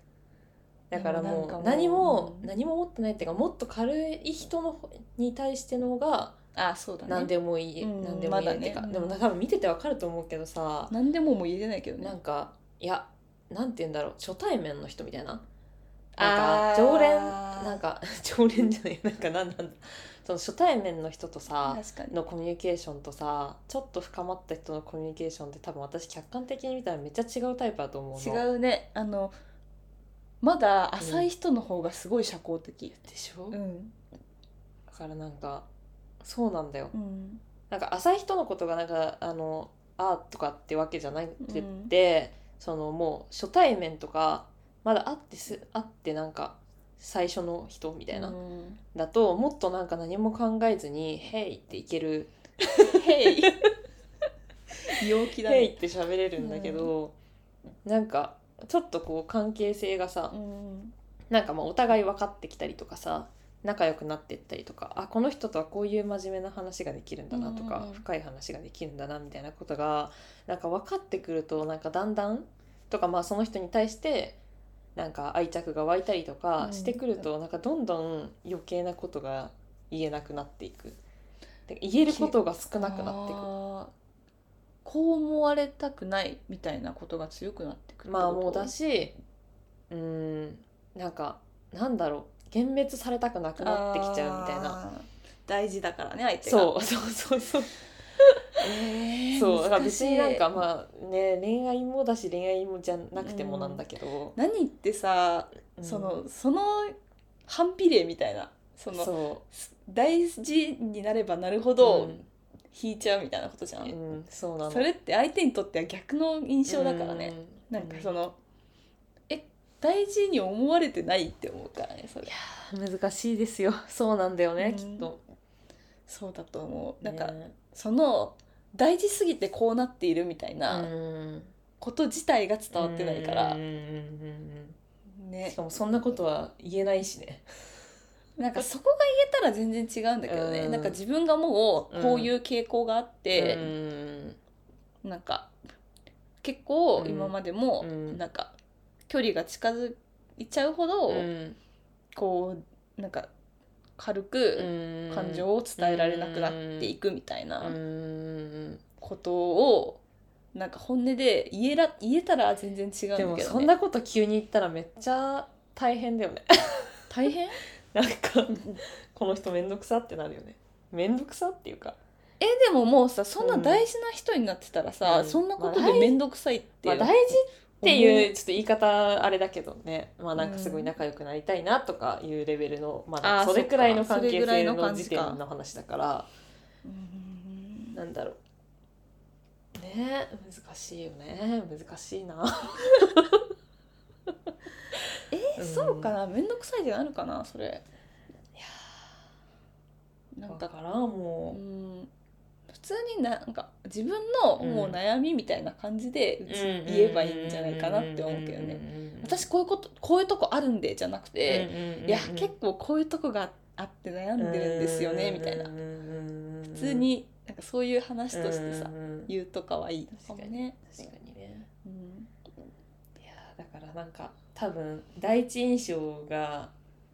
Speaker 2: だから
Speaker 1: でも
Speaker 2: も
Speaker 1: なんかも
Speaker 2: う
Speaker 1: う
Speaker 2: 何も
Speaker 1: うん
Speaker 2: 何も持ってないっていうかもっと軽い人の方に対しての方が
Speaker 1: あそうだね
Speaker 2: 何でもいい、
Speaker 1: うん
Speaker 2: 何でもいい
Speaker 1: まだ
Speaker 2: っ
Speaker 1: ね
Speaker 2: ていうか、
Speaker 1: うん
Speaker 2: でもな多分見ててわかると思うけどさ、
Speaker 1: 何でももう言えてないけどね
Speaker 2: なんかいやなんて言うんだろう初対面の人みたいなな
Speaker 1: あ
Speaker 2: んか
Speaker 1: ー
Speaker 2: 常連なんか 常連じゃないなんかなんなんだその初対面の人とさ
Speaker 1: 確かに
Speaker 2: のコミュニケーションとさちょっと深まった人のコミュニケーションって多分私客観的に見たらめっちゃ違うタイプだと思うの
Speaker 1: 違うねあのまだ浅い人の方がすごい社交的
Speaker 2: でしょ、
Speaker 1: う
Speaker 2: だ
Speaker 1: ん
Speaker 2: からなんかそうなんだよ
Speaker 1: うん
Speaker 2: なんか浅い人のことがなんかあのあーとかってわけじゃなくて、そのもう初対面とかまだ会ってす会ってなんか最初の人みたいな、
Speaker 1: うん
Speaker 2: だともっとなんか何も考えずに「へい」っていける
Speaker 1: へい 陽
Speaker 2: 「
Speaker 1: 気だ
Speaker 2: へい」
Speaker 1: ね
Speaker 2: って喋れるんだけど、なんかちょっとこう関係性がさ、
Speaker 1: うん
Speaker 2: なんかまあお互い分かってきたりとかさ仲良くなってったりとかあこの人とはこういう真面目な話ができるんだなとか、
Speaker 1: うんうんうん
Speaker 2: 深い話ができるんだなみたいなことがなんか分かってくるとなんかだんだんとかまあその人に対してなんか愛着が湧いたりとか
Speaker 1: うん
Speaker 2: してくると、なんかどんどん余計なことが言えなくなっていく。で言えることが少なくなってくる。
Speaker 1: あーこう思われたくないみたいなことが強くなってくる
Speaker 2: まあもうだしうーんなんかなんだろう幻滅されたくなくなってきちゃうみたいな。
Speaker 1: な大事だからね相手が
Speaker 2: そうそうそうそう
Speaker 1: えー
Speaker 2: そうだから
Speaker 1: 難し
Speaker 2: 別
Speaker 1: い
Speaker 2: になんかまあね恋愛もだし恋愛もじゃなくてもなんだけど、
Speaker 1: 何ってさ、
Speaker 2: うん
Speaker 1: そのその反比例みたいなその
Speaker 2: そ
Speaker 1: 大事になればなるほ
Speaker 2: う
Speaker 1: ど、
Speaker 2: ん
Speaker 1: 引いちゃうみたいなことじゃん、
Speaker 2: うんそうなの
Speaker 1: それって相手にとっては逆の印象だからね、、
Speaker 2: う
Speaker 1: なんかその、え大事に思われてないって思うからねそれ
Speaker 2: いや難しいですよ そうなんだよね、
Speaker 1: うん
Speaker 2: きっと
Speaker 1: そうだと思うなんか、
Speaker 2: ね
Speaker 1: その大事すぎてこうなっているみたいな
Speaker 2: うん
Speaker 1: こと自体が伝わってないから
Speaker 2: うんうんうんうん
Speaker 1: ね
Speaker 2: しかもそんなことは言えないしね
Speaker 1: なんかそこが言えたら全然違うんだけどね
Speaker 2: うん
Speaker 1: なんか自分がもうこういう傾向があって、
Speaker 2: うん
Speaker 1: なんか結構
Speaker 2: うん
Speaker 1: 今までも
Speaker 2: うん
Speaker 1: なんか距離が近づいちゃうほど
Speaker 2: うん
Speaker 1: こうなんか軽く
Speaker 2: うん
Speaker 1: 感情を伝えられなくなっていくみたいな
Speaker 2: うん
Speaker 1: ことをなんか本音で言えら言えたら全然違
Speaker 2: で
Speaker 1: うんだ
Speaker 2: も
Speaker 1: け
Speaker 2: そ
Speaker 1: ど
Speaker 2: ん
Speaker 1: ね
Speaker 2: なこと急に言ったらめっちゃ大変だよね
Speaker 1: 大変
Speaker 2: なんかこの人めんどくさってなるよねめんどくさっていうか、
Speaker 1: えでももうさそんな大事な人になってたらさ、
Speaker 2: うん
Speaker 1: そんなことで面倒くさいって
Speaker 2: ま
Speaker 1: い
Speaker 2: あ、
Speaker 1: う、
Speaker 2: 大事っていうちょっと言い方あれだけどねまあなんかすご
Speaker 1: う
Speaker 2: い
Speaker 1: ん
Speaker 2: 仲良くなりたいなとかいうレベルの、ま
Speaker 1: あ
Speaker 2: あ、
Speaker 1: ー
Speaker 2: それくらいの
Speaker 1: そっか
Speaker 2: 関係
Speaker 1: それぐらい
Speaker 2: 性
Speaker 1: の
Speaker 2: の
Speaker 1: 感じ
Speaker 2: 時
Speaker 1: か
Speaker 2: 点の話だから
Speaker 1: うん
Speaker 2: なんだろうねえ難しいよね難しいな
Speaker 1: えそうかな面倒くさいであるかなそれ
Speaker 2: いや
Speaker 1: な
Speaker 2: ー
Speaker 1: ん
Speaker 2: だ
Speaker 1: か
Speaker 2: からもう、
Speaker 1: うん普通にななんか自分のもう悩みみたいな感じでうち言えばいいんじゃないかなって思うけどね
Speaker 2: ね
Speaker 1: 私こういうことこういうとこあるんでじゃなくて、いや結構こういうとこがあって悩んでるんですよねみたいな
Speaker 2: 普
Speaker 1: 普通になんかそういう話としてさ
Speaker 2: うんうんうん
Speaker 1: 言うとかはいいかもね。
Speaker 2: 確かにね
Speaker 1: うん
Speaker 2: いやーだからなんか多分第一印象が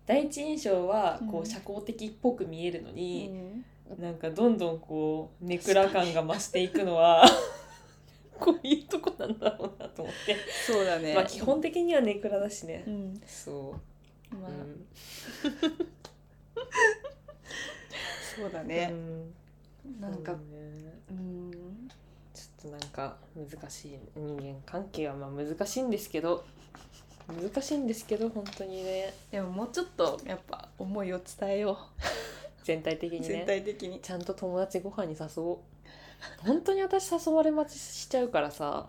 Speaker 2: 第一印象はこ
Speaker 1: うん
Speaker 2: う社交的っぽく見えるの
Speaker 1: う
Speaker 2: に、
Speaker 1: ん
Speaker 2: なんかどんどんこうネクラ感が増していくのは こういうとこなんだろうなと思って、
Speaker 1: そうだね。
Speaker 2: まあ基本的にはネクラだしね、
Speaker 1: うん、
Speaker 2: そ
Speaker 1: ま
Speaker 2: う、
Speaker 1: あ、
Speaker 2: うん
Speaker 1: そうだね。
Speaker 2: う
Speaker 1: なんんか
Speaker 2: そう、ね
Speaker 1: うん、
Speaker 2: ちょっとなんか難しい人間関係はまあ難しいんですけど難しいんですけど本当にね
Speaker 1: でももうちょっとやっぱ思いを伝えよ
Speaker 2: 全体的
Speaker 1: う。
Speaker 2: にね
Speaker 1: 全体的に。
Speaker 2: ちゃんと友達ご飯に誘おう 本当に私誘われ待ちしちゃうからさ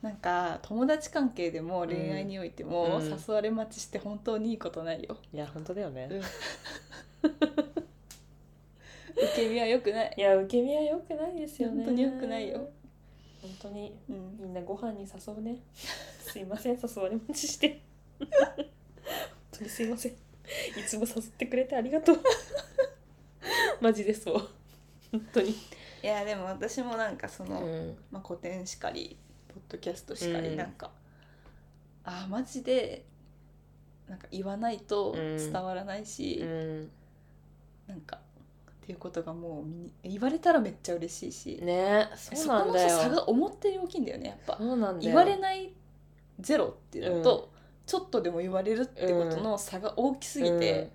Speaker 1: なんか友達関係でも
Speaker 2: ん
Speaker 1: 恋愛においても、
Speaker 2: うん
Speaker 1: 誘われ待ちして本当にいいこと ないよ。
Speaker 2: いや本当だよね、
Speaker 1: うん受け身は良くない。
Speaker 2: いや受け身は良くないですよね
Speaker 1: 本当に良くないよ
Speaker 2: 本当に
Speaker 1: うん、
Speaker 2: みんなご飯に誘うね すいません誘われ待ちして本当にすいませんいつも誘ってくれてありがとう マジでそう本当に
Speaker 1: いやでも私もなんかその、
Speaker 2: ん
Speaker 1: まあ、古典しかりポッドキャストしか
Speaker 2: う
Speaker 1: り
Speaker 2: ん
Speaker 1: なんか、あーマジでなんか言わないと
Speaker 2: うん
Speaker 1: 伝わらないし、
Speaker 2: うん
Speaker 1: なんかっていうことがもう身に言われたらめっちゃ嬉しいし、
Speaker 2: ねそう
Speaker 1: そ
Speaker 2: な
Speaker 1: こ
Speaker 2: ん
Speaker 1: の
Speaker 2: だ
Speaker 1: さ
Speaker 2: よ
Speaker 1: 差が思ったより大きいんだよねやっぱ。
Speaker 2: そうなんだよ
Speaker 1: 言われないゼロっていうのと、ちょっとでも言われるってことの差が大きすぎて、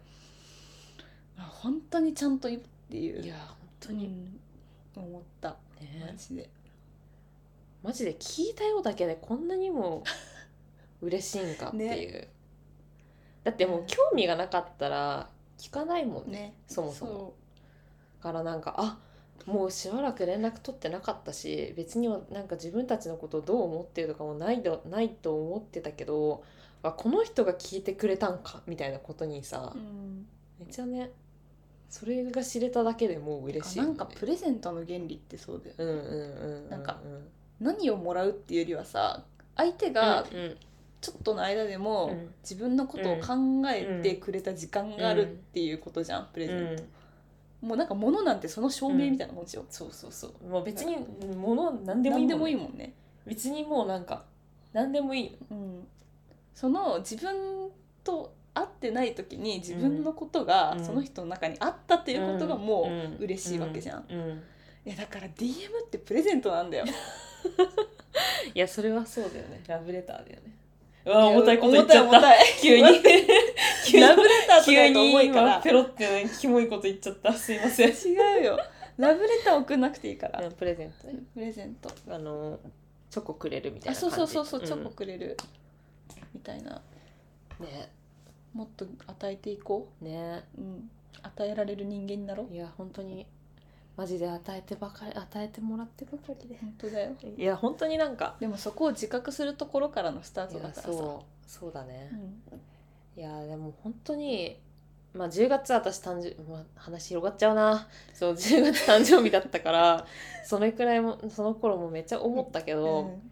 Speaker 1: 本当にちゃんと言うっていううん
Speaker 2: いや本当に、
Speaker 1: に思ったマ
Speaker 2: ね
Speaker 1: ジで
Speaker 2: マジで聞いたよだけでこんなにも嬉しいんかって いう、だってもう興味がなかったら聞かないもんね
Speaker 1: ね
Speaker 2: そもそもだからなんかあもうしばらく連絡取ってなかったし別にはなんか自分たちのことをどう思ってるとかもないどないと思ってたけどあこの人が聞いてくれたんかみたいなことにさ、
Speaker 1: そううん
Speaker 2: めっちゃねそれが知れただけでもう嬉しいよ
Speaker 1: な
Speaker 2: ね、
Speaker 1: んかプレゼントの原理ってそうだよね
Speaker 2: うんうんうんうん
Speaker 1: なんか何をもらうっていうよりはさ相手
Speaker 2: が
Speaker 1: が、ちょっとの間でも、
Speaker 2: うん
Speaker 1: 自分のことを考えてくれた時間があるっていうことじゃん、プレゼント、もうなんか物なんてその証明みたいなもんじゃん、
Speaker 2: そうそうそうもう別に物何でもいい
Speaker 1: 何
Speaker 2: ん
Speaker 1: で
Speaker 2: だ
Speaker 1: も
Speaker 2: も
Speaker 1: い
Speaker 2: ん
Speaker 1: いもんね
Speaker 2: 別にもうなんか何でもいい
Speaker 1: うん、その自分と会ってない時に自分のことが
Speaker 2: うん
Speaker 1: その人の中にあったっていうことがも
Speaker 2: う
Speaker 1: 嬉しいわけじゃん
Speaker 2: ううん
Speaker 1: う、いやだから DM ってプレゼントなんだよ
Speaker 2: いやそれはそうだよねラブレターだよねう
Speaker 1: い
Speaker 2: わ
Speaker 1: や
Speaker 2: 重たいこと言っちゃっ
Speaker 1: 重
Speaker 2: た
Speaker 1: たい
Speaker 2: 急に
Speaker 1: 待っ
Speaker 2: 急に
Speaker 1: ラブレターとか
Speaker 2: 急
Speaker 1: だと
Speaker 2: に
Speaker 1: 重いか
Speaker 2: 今
Speaker 1: ら
Speaker 2: ペロってキモいこと言っちゃったすいません
Speaker 1: 違うよラブレター送んなくていいから、
Speaker 2: プレゼントね
Speaker 1: プレゼント
Speaker 2: あのチョコくれるみたい
Speaker 1: あ
Speaker 2: な
Speaker 1: そ
Speaker 2: 感
Speaker 1: う
Speaker 2: じ
Speaker 1: そうそうそう、チョコ
Speaker 2: ん
Speaker 1: くれるみたいな
Speaker 2: ね
Speaker 1: もっと与えていこ
Speaker 2: ね
Speaker 1: う、うん、与えられる人間になろう
Speaker 2: いや本当にマジで与えてばかり与えてもらってばかりで
Speaker 1: 本当だよ
Speaker 2: いや本当になんか
Speaker 1: でもそこを自覚するところからのスター
Speaker 2: い
Speaker 1: トだ
Speaker 2: や
Speaker 1: からさ
Speaker 2: そうそうだね、
Speaker 1: うん
Speaker 2: いやでも本当にまあ10月私誕生、まあ、話広がっちゃうなそう10月誕生日だったからそのくらいもその頃もめっちゃ思ったけど、
Speaker 1: うん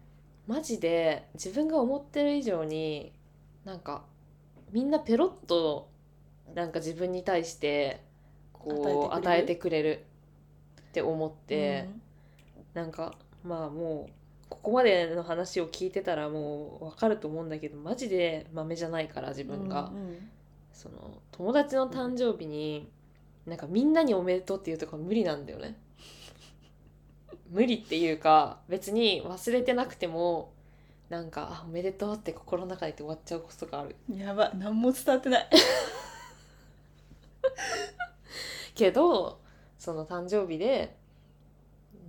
Speaker 2: マジで自分が思ってる以上になんかみんなペロッとなんか自分に対してこう与
Speaker 1: 与
Speaker 2: え
Speaker 1: え
Speaker 2: て
Speaker 1: て
Speaker 2: くれるって思って、
Speaker 1: うん
Speaker 2: なんかまあもうここまでの話を聞いてたらもうわかると思うんだけどマジで豆じゃないから自分が、
Speaker 1: うんうん
Speaker 2: その友達の誕生日に、なんかみんなにおめでとうっていうとこ無理なんだよね 無理っていうか別に忘れてなくてもなんかあおめでとうって心の中で言って終わっちゃうことがある
Speaker 1: やば何も伝わってない
Speaker 2: けどその誕生日で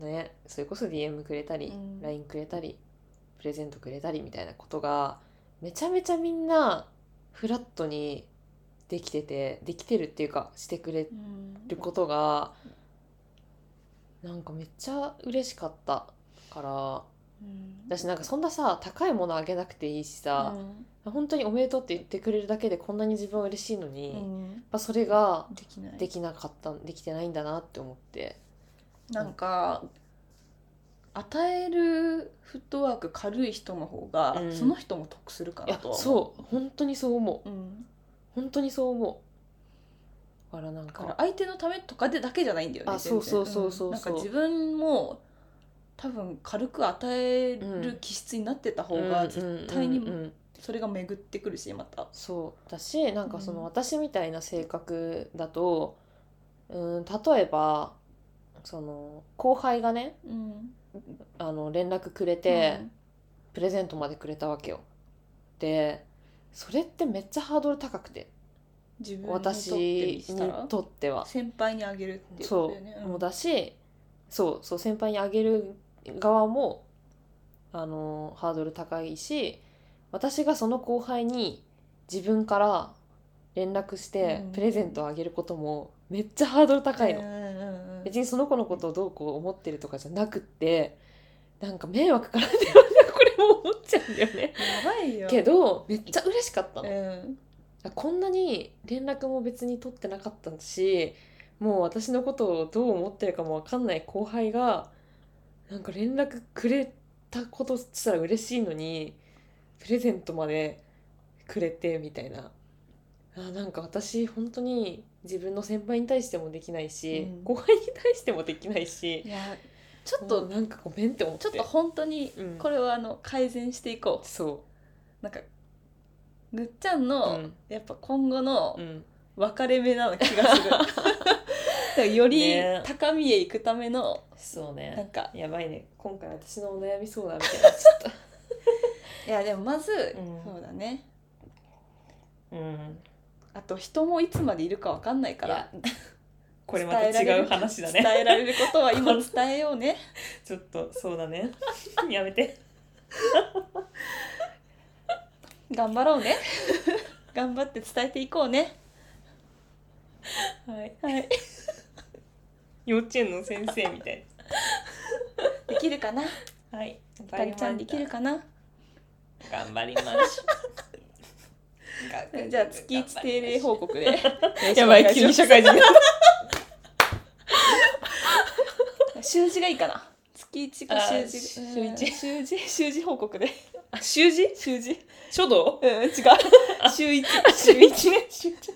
Speaker 2: ねそれこそ DM くれたり、
Speaker 1: うん
Speaker 2: LINE くれたりプレゼントくれたりみたいなことがめちゃめちゃみんなフラットにできててできてるっていうかしてくれることがなんかめっちゃ嬉しかったから
Speaker 1: うん
Speaker 2: 私なんかそんなさ高いものあげなくていいしさ、本当に「おめでとう」って言ってくれるだけでこんなに自分は嬉しいのに、
Speaker 1: う
Speaker 2: やっ
Speaker 1: ん
Speaker 2: ぱそれが
Speaker 1: できない
Speaker 2: できなかったできてないんだなって思って
Speaker 1: なんか与えるフットワーク軽い人の方が、
Speaker 2: うん
Speaker 1: その人も得するか
Speaker 2: い
Speaker 1: ら
Speaker 2: や
Speaker 1: とは思
Speaker 2: そう本当にそう思う
Speaker 1: う、うん、
Speaker 2: 本当にそう思うだからなん
Speaker 1: だから
Speaker 2: か
Speaker 1: 相手のためとかでだけじゃないんだよね
Speaker 2: あ
Speaker 1: 全然
Speaker 2: そうそうそうそうそうん
Speaker 1: なんか自分も多分軽く与え
Speaker 2: うん
Speaker 1: る気質になってた方が、
Speaker 2: 絶
Speaker 1: 対に
Speaker 2: うん、
Speaker 1: それが巡ってくるしまた
Speaker 2: そうだしなんかそうの
Speaker 1: ん
Speaker 2: 私みたいな性格だと、うん、例えばその後輩がね
Speaker 1: うん
Speaker 2: あの連絡くれて、プレゼントまでくれたわけよ。でそれってめっちゃハードル高くて
Speaker 1: 自分にとって
Speaker 2: 私
Speaker 1: み
Speaker 2: に
Speaker 1: したら
Speaker 2: とっては。
Speaker 1: 先輩にあげるっていうこと
Speaker 2: そ
Speaker 1: だよね
Speaker 2: うもうだしそうそう先輩にあげる側もあのハードル高いし私がその後輩に自分から連絡して
Speaker 1: うん
Speaker 2: プレゼントをあげることもめっちゃハードル高いの。
Speaker 1: の
Speaker 2: 別にその子のことをどうこう思ってるとかじゃなくってなんか迷惑から出るんだ これも思っちゃうんだよね。
Speaker 1: やばいよ
Speaker 2: けどめっちゃ嬉しかった
Speaker 1: う
Speaker 2: の、
Speaker 1: ん
Speaker 2: こんなに連絡も別に取ってなかったしもう私のことをどう思ってるかもわかんない後輩がなんか連絡くれたことすら嬉しいのにプレゼントまでくれてみたいなあなんか私本当に自分の先輩に対してもできないし、
Speaker 1: うん
Speaker 2: 後輩に対してもできないし
Speaker 1: いやちょっ
Speaker 2: も
Speaker 1: と
Speaker 2: うなんかごめんって思って
Speaker 1: ちょっと本当に
Speaker 2: うん
Speaker 1: これはあの改善していこ
Speaker 2: そう
Speaker 1: なんかぐっちゃんの、
Speaker 2: うん
Speaker 1: やっぱ今後の
Speaker 2: うん
Speaker 1: 分かれ目な気が するだからより
Speaker 2: ね
Speaker 1: 高みへ行くための
Speaker 2: そう
Speaker 1: なん
Speaker 2: ね
Speaker 1: か
Speaker 2: やばいね今回私のお悩み相談みたいになっちゃっ
Speaker 1: いやでもまず、
Speaker 2: ん
Speaker 1: そうだね
Speaker 2: たうん
Speaker 1: あと人もいつまでいるか分かんないから
Speaker 2: いやこれまた違う話だね
Speaker 1: 伝えられること は今伝えようね
Speaker 2: ちょっとそうだね やめて
Speaker 1: 頑張ろう ね頑張って伝えていこうね
Speaker 2: はい
Speaker 1: はい
Speaker 2: 幼稚園の先生みたい
Speaker 1: できるかな
Speaker 2: なはいひ
Speaker 1: ひかりちゃんできるかな
Speaker 2: 頑張りましょう
Speaker 1: じゃあ月一定例報告で
Speaker 2: やばい急に社会人
Speaker 1: 習字がいいかな月一 か習字
Speaker 2: あー
Speaker 1: うん
Speaker 2: 習字
Speaker 1: 習字習字報告で
Speaker 2: あ習字
Speaker 1: 習字
Speaker 2: 書道
Speaker 1: うん 違う週一
Speaker 2: 週一
Speaker 1: ね週一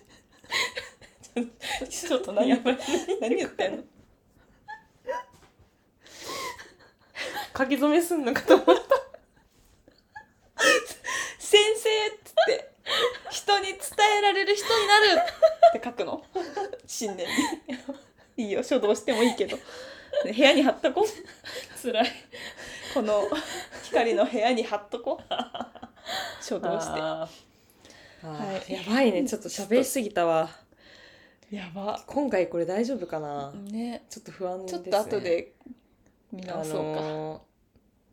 Speaker 1: ちょっと何
Speaker 2: やばい
Speaker 1: 何言ってんの
Speaker 2: 書き初めすんのかと思っ
Speaker 1: 先生っつって人に伝えられる人になるって書くの 新年にいいよ書道してもいいけど部屋に貼っとこう
Speaker 2: た辛い
Speaker 1: この光の部屋に貼っとこう 書道して
Speaker 2: あー
Speaker 1: はい
Speaker 2: あーやばいねちょっと喋りすぎたわ
Speaker 1: やば
Speaker 2: 今回これ大丈夫かな、
Speaker 1: ね
Speaker 2: ちょっと不安で
Speaker 1: ち
Speaker 2: す
Speaker 1: ょっ
Speaker 2: ね
Speaker 1: と後で見
Speaker 2: あ
Speaker 1: 直そうか、
Speaker 2: のー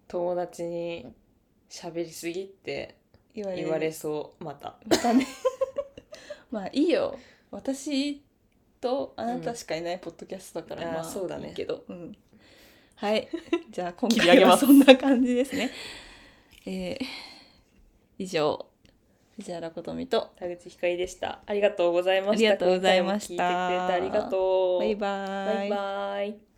Speaker 2: 友達に喋りすぎって
Speaker 1: 言わ
Speaker 2: 言われそうまた
Speaker 1: またね まあいいよ私とあなたしかいないポッドキャストだから、
Speaker 2: うん
Speaker 1: まあ
Speaker 2: あーそうだね
Speaker 1: いいけど、うん、はいじ ゃあ今
Speaker 2: 切り上
Speaker 1: 回
Speaker 2: げ
Speaker 1: は
Speaker 2: ます
Speaker 1: そんな感じですねえー以上藤原琴美と
Speaker 2: 田口ひかりでしたありがとうございました
Speaker 1: ありがとうございました
Speaker 2: 今回も聞いてくれてありがとう
Speaker 1: バイバー
Speaker 2: バイバイ